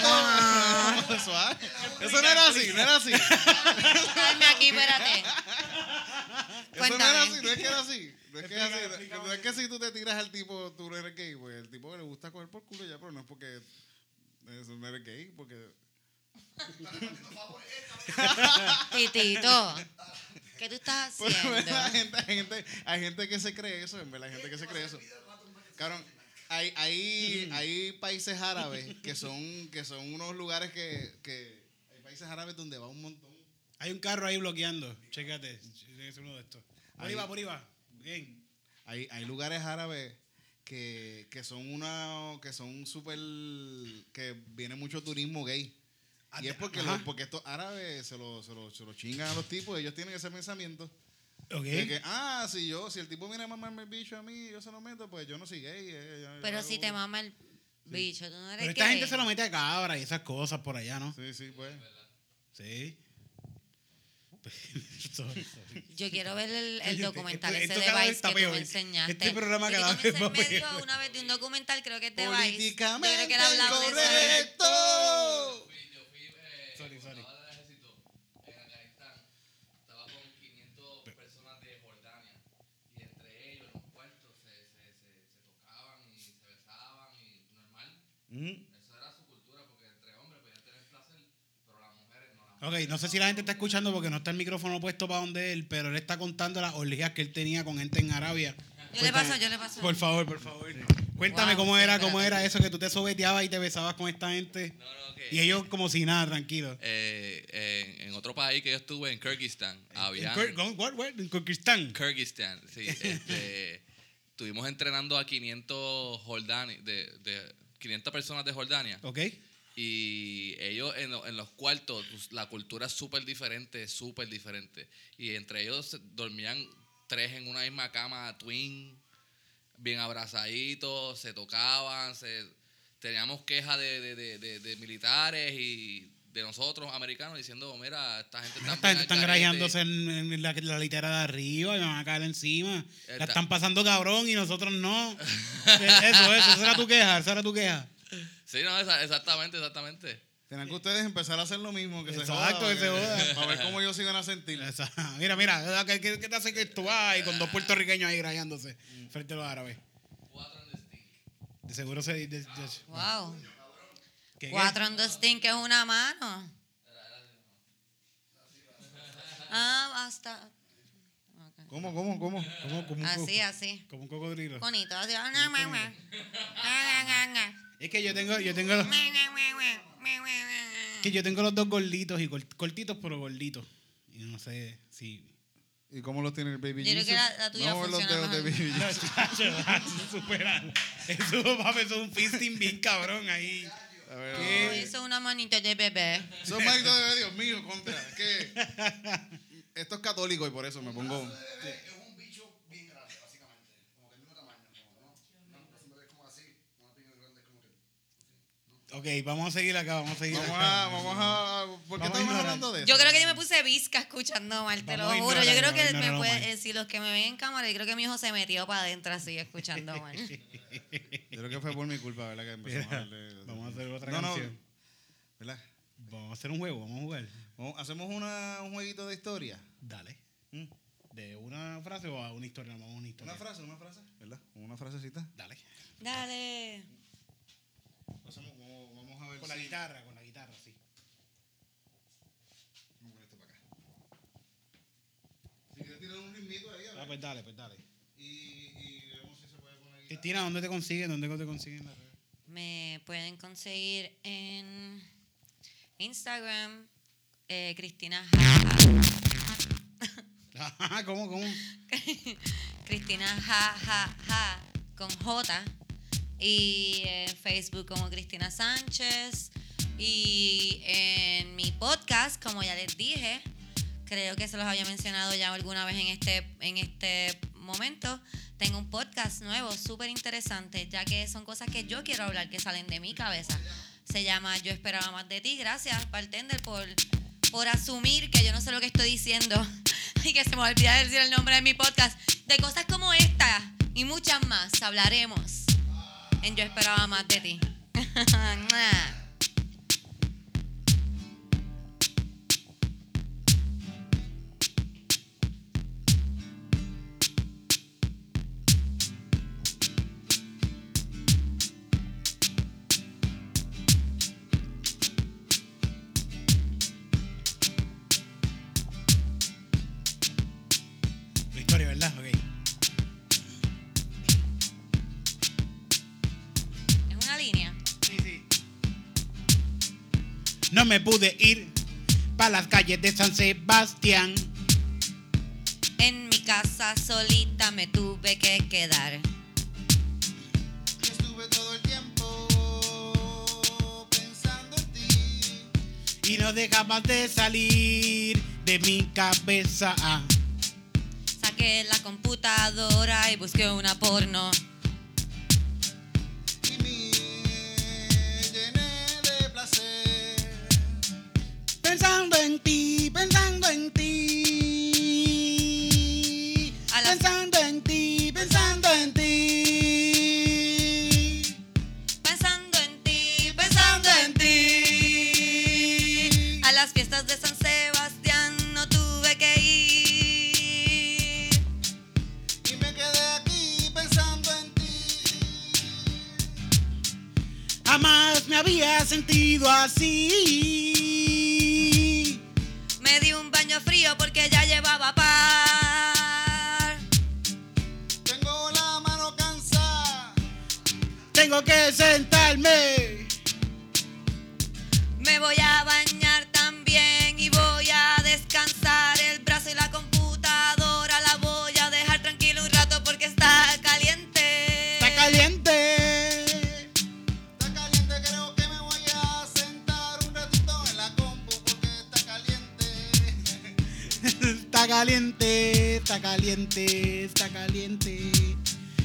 todo, homosexual. Eso no era así, no era así. Dame aquí, espérate. Eso no era Cuéntame. así, no es que era así. No es que, era así. Explícame, explícame. No es que si tú te tiras al tipo, tú no eres gay, pues el tipo que le gusta coger por culo ya, pero no es porque eso no eres gay, porque. Titito, ¿qué tú estás Pero, ¿verdad? hay, haciendo? gente, hay, gente, hay gente que se cree eso, en verdad, hay gente que se cree eso. Cabrón, hay, hay, hay países árabes que son, que son unos lugares que, que. Hay países árabes donde va un montón. Hay un carro ahí bloqueando. Chécate, es uno de estos. Por ahí va, por ahí va. Bien. Hay, hay lugares árabes que, que son una que son súper que viene mucho turismo gay. Ah, Y es te- porque, ajá. los- porque estos árabes se lo, se, lo, se lo chingan a los tipos, ellos tienen ese pensamiento Ok. de que ah, si yo si el tipo viene a mamarme el bicho a mí, yo se lo meto, pues yo no soy gay. eh, yo- yo Pero hago- si te mama el bicho, tú no eres Pero esta gay. gente se lo mete a cabra y esas cosas por allá, ¿no? Sí, sí, pues. Sí. Sorry, sorry. Yo quiero ver el, el Oye, documental esto- esto ese de cada vez Vice está que tú peor. me enseñaste. Este programa Yo cada vi vez va comercial medio peor. una vez de un documental, creo que es de Vice. Yo creo Políticamente que era hablando de eso. incorrecto. Sorry, sorry. del ejército en Afganistán estaba con 500 personas de Jordania y entre ellos los puertos se, se, se, se tocaban y se besaban y normal. Eso era su cultura porque entre hombres podían tener placer, pero las mujeres no. Las Ok, no sé si la gente está escuchando porque no está el micrófono puesto para donde él, pero él está contando las orgías que él tenía con gente en Arabia. Yo le paso, yo le paso. Por favor, por favor. Cuéntame Wow, cómo sí, era, cómo espérate. era eso que tú te sobeteabas y te besabas con esta gente. No, no, que Y ellos como si nada, tranquilos. eh, eh, en otro país que yo estuve, en Kirguistán, había... En Kir- ¿con- what- what? En Kirguistán. Kirguistán, sí. este, estuvimos entrenando a 500 jordani, de, de 500 personas de Jordania. Ok. Y ellos en, lo- en los cuartos, pues, la cultura es súper diferente, súper diferente. Y entre ellos se- dormían tres en una misma cama, twin, bien abrazaditos, se tocaban, se- teníamos quejas de, de- de- de- de militares y de nosotros, americanos, diciendo, mira, esta gente Mira, está esta bien gente están al garete". grajeándose en, en la, la litera de arriba y me van a caer encima. La Está- están pasando cabrón y nosotros no. Eh, eso, eso, esa era tu queja, esa era tu queja. Sí, no, esa- exactamente, exactamente. Tienen que ustedes empezar a hacer lo mismo que se Exacto, que se porque- joda. Para ver cómo ellos se iban a sentir. Esa- mira, mira, ¿qué, qué- qué te hace que tú Ay, con dos puertorriqueños ahí grajeándose frente a los árabes? De seguro se... de- de- Wow. ¿qué- qué? Ah. Cuatro on the sting, que es una mano. Ah, hasta. Ok. ¿Cómo, cómo, cómo? Como, como un co- Así, así. como un cocodrilo. Bonito. Así. Es que yo tengo, yo tengo, los- que yo tengo los dos gorditos y cort- cortitos pero gorditos. Y no sé si... ¿Y cómo los tiene el Baby Yo creo Jesus? que la- la tuya no veo los funciona dedos de mejor. Baby Jesus. Chacho, eso supera. Eso, papi, eso es un fisting bien cabrón ahí. A ver, Oh, hizo una manita de bebé. Son maridos de Dios mío, contra. es que esto es católico y por eso me pongo. Ok, vamos a seguir acá, vamos a seguir Vamos acá. a, vamos a. ¿Por Vamos qué a estamos ignorar. hablando de esto? Yo creo que yo me puse visca escuchando mal, te lo Vamos a juro. Yo ignorar, creo vamos a que me ignorar, puede, Omar. eh, si los que me ven en cámara, yo creo que mi hijo se metió para adentro así escuchando mal. Yo creo que fue por mi culpa, ¿verdad? Que empezamos Mira, a hablar de- vamos a hacer otra No, no, canción. ¿Verdad? Vamos a hacer un juego, vamos a jugar. Vamos- Hacemos una- un jueguito de historia. Dale. ¿Mm? ¿De una frase o a una historia? Vamos a una historia. Una frase, una frase, ¿verdad? Una frasecita. Dale. Dale. Hacemos- vamos, vamos a ver Con la si- guitarra, con la guitarra, sí. Vamos a poner esto para acá. Si quieres tirar un ritmito ahí, a ver. Ah, pues dale, pues dale. Y, y vemos si se puede poner guitarra. Cristina, ¿dónde te consiguen? ¿Dónde te consiguen las redes? Me pueden conseguir en Instagram, eh, Cristina Jaja. Ah, ¿Cómo, cómo? Cristina Jajaja con J. Y en Facebook como Cristina Sánchez. Y en mi podcast, como ya les dije, creo que se los había mencionado ya alguna vez en este, en este momento. Tengo un podcast nuevo, súper interesante, ya que son cosas que yo quiero hablar, que salen de mi cabeza. Se llama Yo esperaba más de ti. Gracias, bartender, por, por asumir que yo no sé lo que estoy diciendo y que se me olvida decir el nombre de mi podcast. De cosas como esta y muchas más hablaremos en Yo esperaba más de ti. Tu historia, ¿verdad? Ok. Es una línea. No me pude ir para las calles de San Sebastián. En mi casa solita me tuve que quedar. Yo estuve todo el tiempo pensando en ti. Y no dejabas de salir de mi cabeza. Saqué la computadora y busqué una porno. Y me llené de placer. Pensando en ti, pensando en ti. A las- Pensando en ti, pensando en ti. Pensando en ti, pensando en ti. A las fiestas de San Sebastián no tuve que ir. Y me quedé aquí pensando en ti. Jamás me había sentido así. Me di un baño frío porque ya llevaba par. Tengo la mano cansada. Tengo que sentarme. Me voy a bañar también y voy a descansar el brazo y la computadora. La voy a dejar tranquila un rato porque está caliente. Está caliente. Está caliente, creo que me voy a sentar un ratito en la compu porque está caliente. Está caliente, está caliente, está caliente.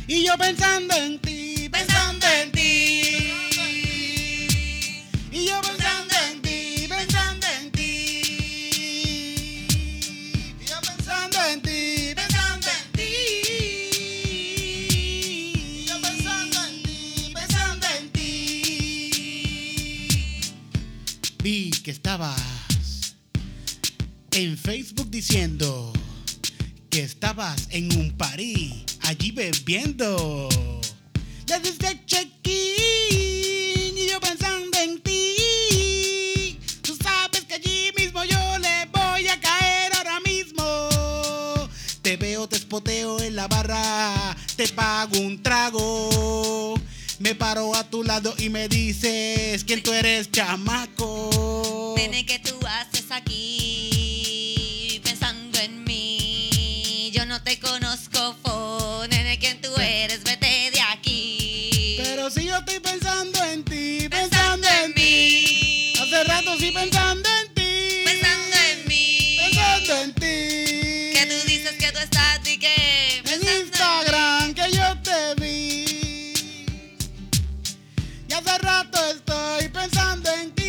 Y yo pensando en ti, pensando en ti. Y yo pensando en ti, pensando en ti. Y yo Pensando en ti, pensando en ti. yo pensando en ti, pensando en ti. Vi que estabas en Facebook diciendo que estabas en un party allí bebiendo. Desde el check-in y yo pensando en ti. Tú sabes que allí mismo yo le voy a caer ahora mismo. Te veo, te espoteo en la barra, te pago un trago. Me paro a tu lado y me dices quién tú eres, chamaco. Nene, que tú haces aquí? Pensando en mí. Yo no te conozco, fo. Nene, ¿quién tú eres? Vete de aquí. Pero si yo estoy pensando en ti, pensando en mí. Hace rato sí pensando en ti. Pensando en mí. Pensando en ti. Que tú dices que tú estás y que. En pensando en Instagram que yo te vi. Y hace rato estoy pensando en ti.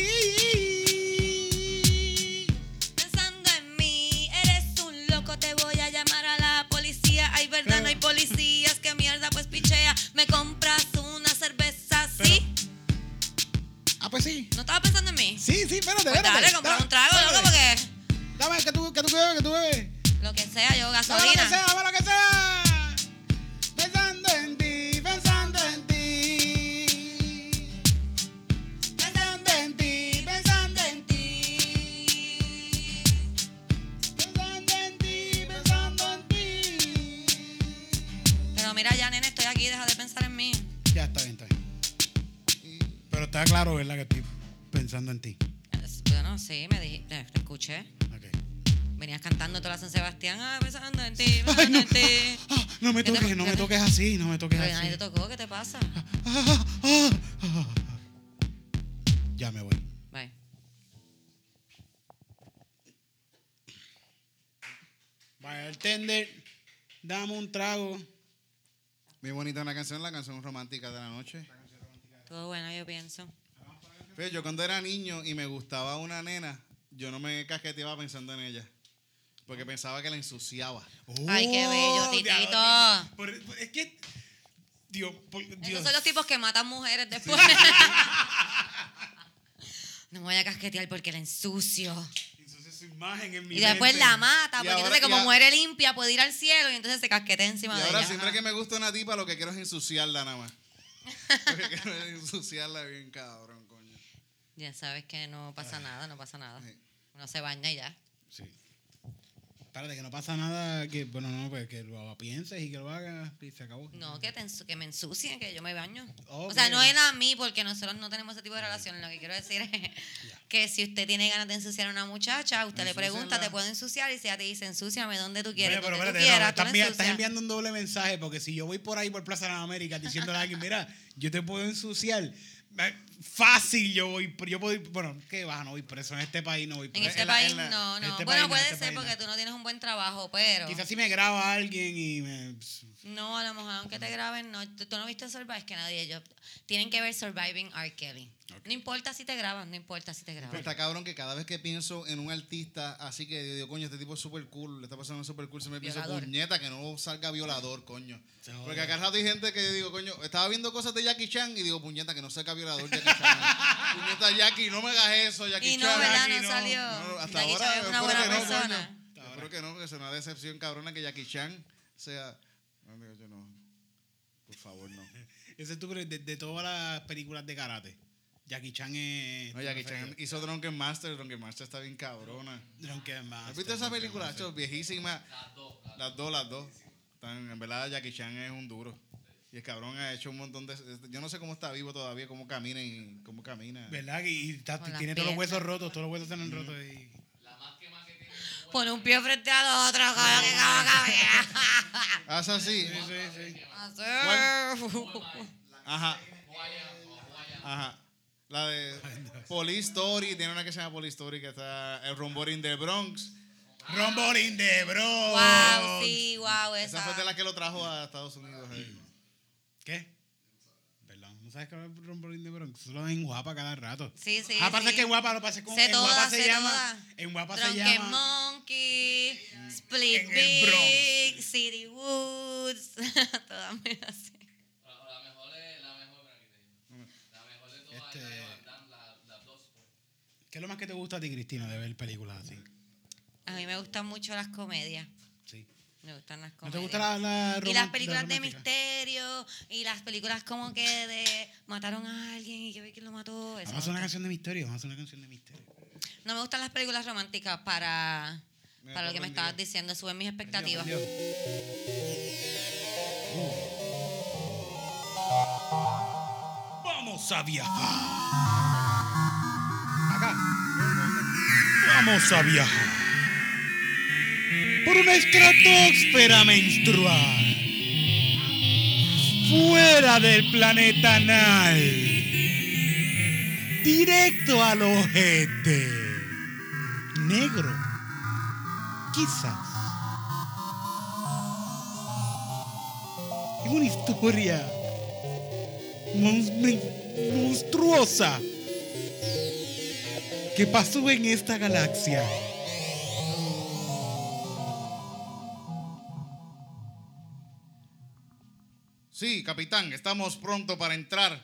pues pues sí. ¿No estabas pensando en mí? Sí, sí, espérate, Pues espérate. dale, comprar Dame, un trago, dame, loco, porque Dame, que tú, que tú bebes, que tú bebes. lo que sea, Dame yo lo que sea, gasolina. dame lo que sea. Pensando en ti, pensando en ti. Pensando en ti, pensando en ti. Pensando en ti, pensando en ti. Pero mira ya, nene, estoy aquí, deja de pensar en mí. Ya está bien, está bien. Pero está claro, ¿verdad? Que estoy pensando en ti. Es- Bueno, sí, me dijiste, eh, te escuché. Ok. Venías cantando toda la San Sebastián, ah, pensando en ti, pensando en ti. Ah, no me ¿Qué te- toques, no qué me te- toques así, no me toques Pero nadie así. te tocó, ¿qué te pasa? Ah, ah, ah, ah. Ya me voy. Bye. Bartender, dame un trago. Muy bonita una canción, la canción romántica de la noche. Todo bueno, yo pienso. Fíjate, yo cuando era niño y me gustaba una nena, yo no me casqueteaba pensando en ella. Porque pensaba que la ensuciaba. Ay, qué bello, Oh, titito. diablo, titi. Por- por- es que. Dios, por- Dios. Esos son los tipos que matan mujeres después. no me voy a casquetear porque la ensucio. Ensucia su imagen en mi Y después mente. la mata, Y porque ahora- entonces como y a- mujer limpia puede ir al cielo y entonces se casquetea encima Y de ahora ella. siempre que me gusta una tipa, lo que quiero es ensuciarla nada más. Lo que quiero es ensuciarla bien cabrón, coño. Ya sabes que no pasa nada, no pasa nada. Sí. Uno se baña y ya. Sí. Espérate, que no pasa nada. Que, bueno, no, pues que lo pienses y que lo hagas y se acabó. No, que, te ensu- que me ensucien, que yo me baño. Ok. O sea, no es a mí, porque nosotros no tenemos ese tipo de relación. Lo que quiero decir es que si usted tiene ganas de ensuciar a una muchacha, usted le pregunta, Ensúciala. ¿te puedo ensuciar? Y si ella te dice, ensúciame donde tú quieres, Oye, pero donde tú espérate, no, quieras, tú estás, la envi- estás ensucias. enviando un doble mensaje porque si yo voy por ahí por Plaza de las Américas diciéndole a alguien, mira, yo te puedo ensuciar, eh, fácil yo voy, yo puedo ir, bueno, qué va, no voy preso en este país, no voy En preso. este En la- en país la- no, en no. este país bueno, no, en puede este ser país no. porque tú no tienes un buen trabajo, pero... Quizás si me graba alguien y me... pues, No, a lo mejor aunque te graben, no. ¿Tú, tú no viste Survive? Es que nadie. Yo, tienen que ver Surviving R. Kelly. No importa si te graban, no importa si te Pero graban. está cabrón que cada vez que pienso en un artista así que digo, coño, este tipo es súper cool, le está pasando súper cool, se me pienso, Violador. puñeta, que no salga violador, coño. Se joda. Porque acá al rato hay gente que digo, coño, estaba viendo cosas de Jackie Chan y digo, puñeta, que no salga violador Jackie Chan. puñeta, Jackie, no me hagas eso, Jackie Y no, Chan. ¿verdad? Jackie No, no. salió. No, hasta Jackie ahora, Chan es yo una espero buena que no, coño. persona. Yo espero que no, que sea una decepción cabrona que Jackie Chan sea... No, digo, yo no. Por favor, no. Ese es tu, de, de todas las películas de karate. Jackie Chan es... No, Jackie Chan hizo Drunken Master, Drunken Master está bien cabrona. Drunken Master, ¿Has visto esa Drunken película? Master. Hacho, viejísima. Las dos, las dos. Están- en verdad, Jackie Chan es un duro. Y el cabrón ha hecho un montón de. Yo no sé cómo está vivo todavía, cómo camina y cómo camina. ¿Verdad? Y, y está- Con las tiene todos los piernas. huesos rotos, todos los huesos se han rotos y... Pone un pie frente al otro. cabrón, que cabrón, Haz Ah, así. cabrón. Así. Ajá. Ajá. La de Police Story, tiene una que se llama Police Story que está el Rumboring del Bronx. Romborín de bro. Wow, sí, wow, esa. Esa fue de la que lo trajo a Estados Unidos. ahí. ¿Qué? Perdón, ¿no sabes qué es Rombolín de Bronx? Solo en Guapa cada rato. Sí, sí, Ah, pasa sí. que en Guapa lo pasa con. Sé en Guapa toda, se sé llama. toda. En Guapa se Drunken llama. Monkey, Split En el Big, Bronx. City Woods, todas me así. La mejor es la mejor, espera, aquí te digo. La mejor de todas Este- es la de Van Damme, la- las dos. pues. ¿Qué es lo más que te gusta a ti, Cristina, de ver películas así? A mí me gustan mucho las comedias. Sí. Me gustan las comedias. ¿No te gusta la, la y roman- las la películas de romántica? misterio, y las películas como que de mataron a alguien y que ve quién lo mató. eso Vamos a hacer me una gusta. canción de misterio, vamos a hacer una canción de misterio. No me gustan las películas románticas para, Me para lo que me sorprendió. estabas diciendo. Suben mis expectativas. Dios. Vamos a viajar. Acá. Vamos a viajar. Por una estratosfera menstrual. Fuera del planeta anal. Directo al ojete. Negro. Quizás. una historia mon- men- monstruosa que pasó en esta galaxia. Sí, capitán, estamos pronto para entrar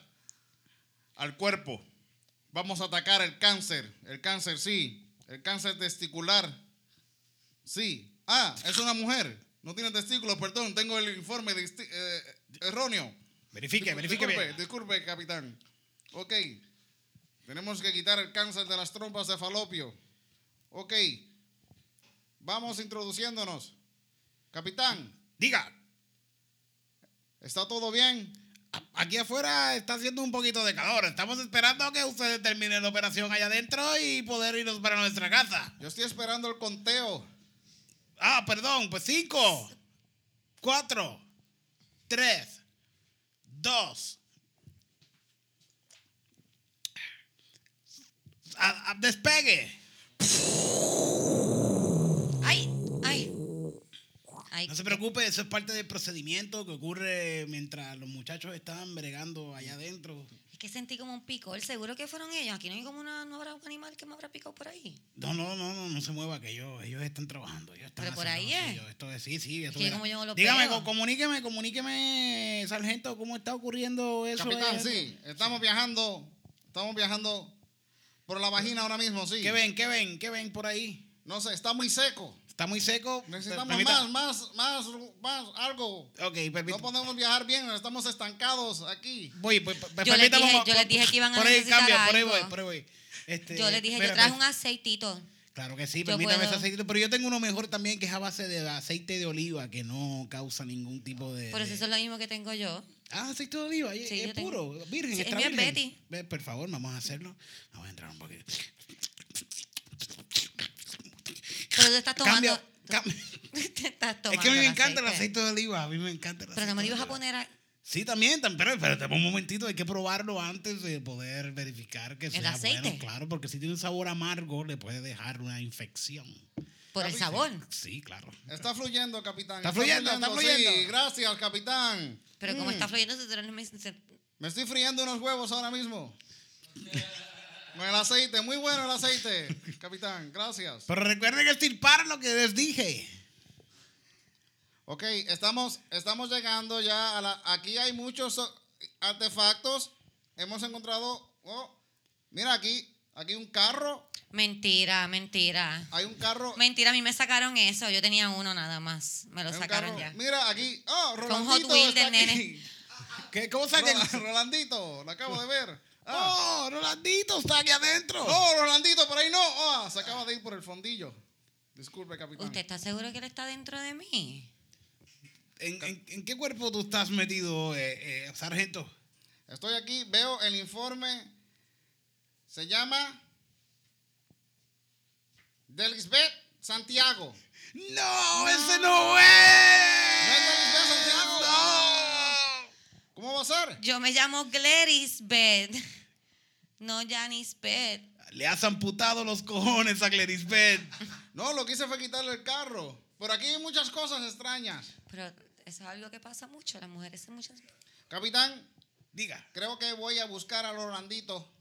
al cuerpo Vamos a atacar el cáncer. El cáncer, sí. El cáncer testicular. Sí. Ah, es una mujer. No tiene testículos, perdón. Tengo el informe disti- eh, erróneo. Verifique, Discul- verifique disculpe, bien. Disculpe, capitán. Ok. Tenemos que quitar el cáncer de las trompas de falopio. Ok. Vamos introduciéndonos. Capitán, Diga, ¿está todo bien? a- aquí afuera está haciendo un poquito de calor. Estamos esperando que ustedes terminen la operación allá adentro y poder irnos para nuestra casa. Yo estoy esperando el conteo. Ah, perdón, pues cinco, cuatro, tres, dos. A- a- Ah, despegue. ¡Ay! ¡Ay! Ay, No se preocupe, eso es parte del procedimiento que ocurre mientras los muchachos están bregando allá adentro. Es que sentí como un picor. Seguro que fueron ellos. Aquí no hay como una, no habrá un animal que me habrá picado por ahí. No, no, no, no, no se mueva, que ellos, ellos están trabajando. Ellos están Pero por haciendo ahí lo es. suyo. Esto es, sí, sí. esto que era- como yo lo Dígame, veo. co- comuníqueme, comuníqueme, sargento, ¿cómo está ocurriendo eso? Capitán, allá adentro? sí. Estamos viajando. Estamos viajando por la vagina ahora mismo, sí. ¿Qué ven, qué ven, qué ven por ahí? No sé, está muy seco. Está muy seco. Necesitamos Permita- más, más, más, más, algo. Ok, permítame. No podemos viajar bien, estamos estancados aquí. Voy, voy, voy, Yo les permítame dije- un- yo les dije que iban a por ahí necesitar cambia, Por ahí algo. voy, por ahí voy. Este, Yo les dije, yo espérame. traje un aceitito. Claro que sí, Yo permítame puedo. ese aceite. Pero yo tengo uno mejor también que es a base de aceite de oliva que no causa ningún tipo de. Por eso de- eso es lo mismo que tengo yo. Ah, aceite de oliva, y- Sí, es yo tengo. puro, virgen, Sí, es extra mío, es virgen. Betty. Ve, por favor, vamos a hacerlo. Vamos a entrar un poquito. Pero tú estás tomando. Cambia, cambia. te estás tomando Es que a mí me el encanta el aceite de oliva, a mí me encanta el aceite Pero no me lo de ibas a oliva. poner a- Sí, también, tam- pero espérate un momentito, hay que probarlo antes de poder verificar que sea bueno, aceite? claro, porque si tiene un sabor amargo le puede dejar una infección. por Ah, el sabor. Sí, claro. Está fluyendo, capitán. Está fluyendo, está Sí, fluyendo. gracias, capitán. Pero como Mm. está fluyendo, se no me se- Me estoy friendo unos huevos ahora mismo. Con el aceite, muy bueno el aceite, capitán, gracias. Pero recuerden estirpar lo que les dije. Ok, estamos, estamos llegando ya a la... Aquí hay muchos so- artefactos. Hemos encontrado... oh, mira aquí, aquí un carro. Mentira, mentira. Hay un carro. Mentira, a mí me sacaron eso. Yo tenía uno nada más. Me lo hay un sacaron carro. ya. Mira aquí. Oh, un Hot Rolandito Wheel está del nene. aquí. ¿Qué cosa que Rola- Rolandito, lo acabo de ver. Ah. ¡Oh, Rolandito está aquí adentro! No, Oh, Rolandito, por ahí no. Ah, se acaba de ir por el fondillo. Disculpe, capitán. ¿Usted está seguro que él está dentro de mí? ¿En, en, en qué cuerpo tú estás metido, eh, eh, sargento? Estoy aquí, veo el informe. Se llama Delisbeth Santiago. ¡No, ese no es! ¿No es Delisbeth Santiago? ¡No! ¿Cómo va a ser? Yo me llamo Gladys Bed. No Janice Bed. Le has amputado los cojones a Gladysbeth. No, lo que hice fue quitarle el carro. Por aquí hay muchas cosas extrañas. Pero eso es algo que pasa mucho. Las mujeres se muchas. Capitán, Diga, creo que voy a buscar a Rolandito.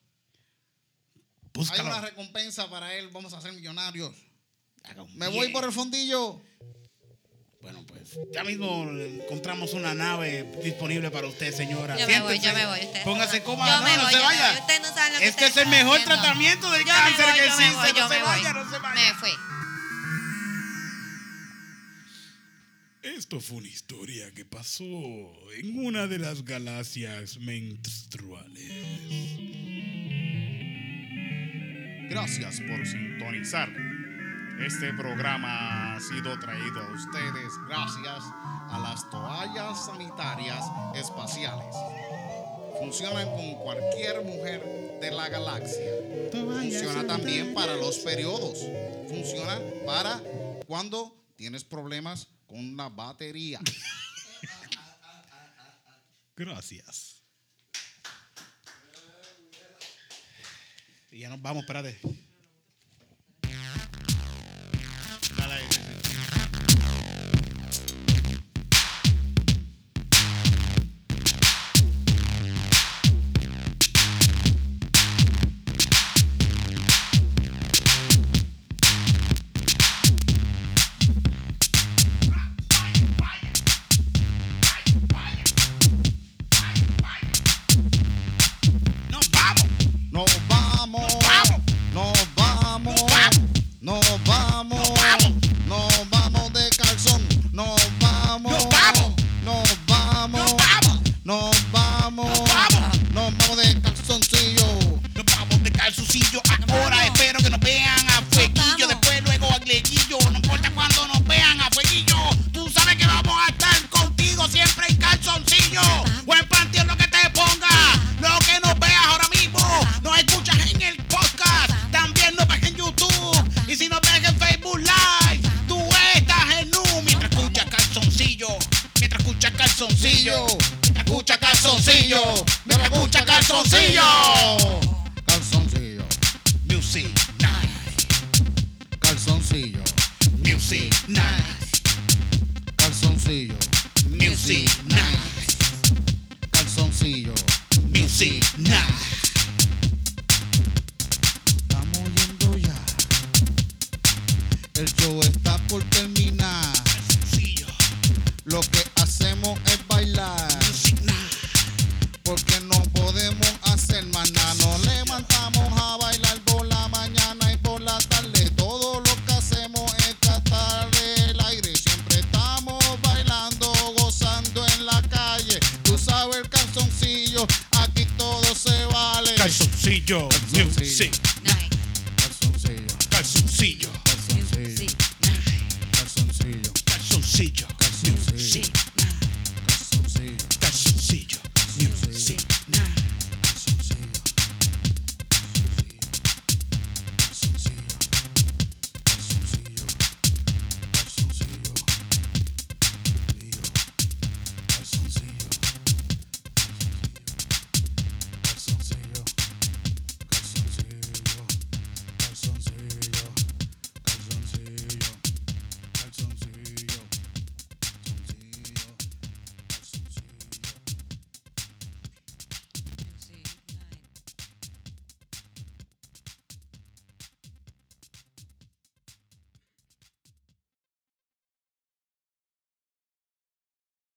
Hay búscalo. una recompensa para él. Vamos a ser millonarios. Haga un Me bien. voy por el fondillo. Bueno, pues ya mismo encontramos una nave disponible para usted, señora. Yo me voy, Siéntese, yo me voy. Ustedes Póngase no- cómoda, yo no, me no voy, se yo me vaya. voy. Ustedes no saben lo que este es ustedes el mejor están haciendo. tratamiento del Yo me cáncer voy, que yo me voy, existe. yo no se me voy. vaya, no se Me vaya. fui. Esto fue una historia que pasó en una de las galaxias menstruales. Gracias por sintonizar. Este programa ha sido traído a ustedes gracias a las toallas sanitarias espaciales. Funcionan con cualquier mujer de la galaxia. Funciona también para los periodos. Funciona para cuando tienes problemas con la batería. Gracias. Y ya nos vamos, espérate. Nos vamos. sencillo. Ahora vamos. espero que nos vean a fueguillo. vamos. Después luego a gleguillo. No importa cuando nos vean a fueguillo. Tú sabes que vamos a estar contigo siempre en calzoncillo. O en panty, o lo que te ponga. Lo que nos veas ahora mismo. Nos escuchas en el podcast. También nos ves en YouTube. Y si nos ves en Facebook Live. Tú estás en Nu. Mientras escuchas calzoncillo. Mientras escuchas calzoncillo. Mientras escuchas calzoncillo. Mientras escuchas calzoncillo. Calzoncillo, Music Night. calzoncillo, Music Night. calzoncillo, Music Night. calzoncillo. Music Night. Estamos yendo ya. El show está por terminar. Calzoncillo. Lo que hacemos es bailar. Music Night. Porque no podemos hacer más nada. Nos levantamos a bailar por la mañana y por la tarde. Todo lo que hacemos es tratar el aire. Siempre estamos bailando, gozando en la calle. Tú sabes el calzoncillo, aquí todo se vale. Calzoncillo, music, Night, Calzoncillo, calzoncillo, calzoncillo, music, calzoncillo, calzoncillo, calzoncillo. music,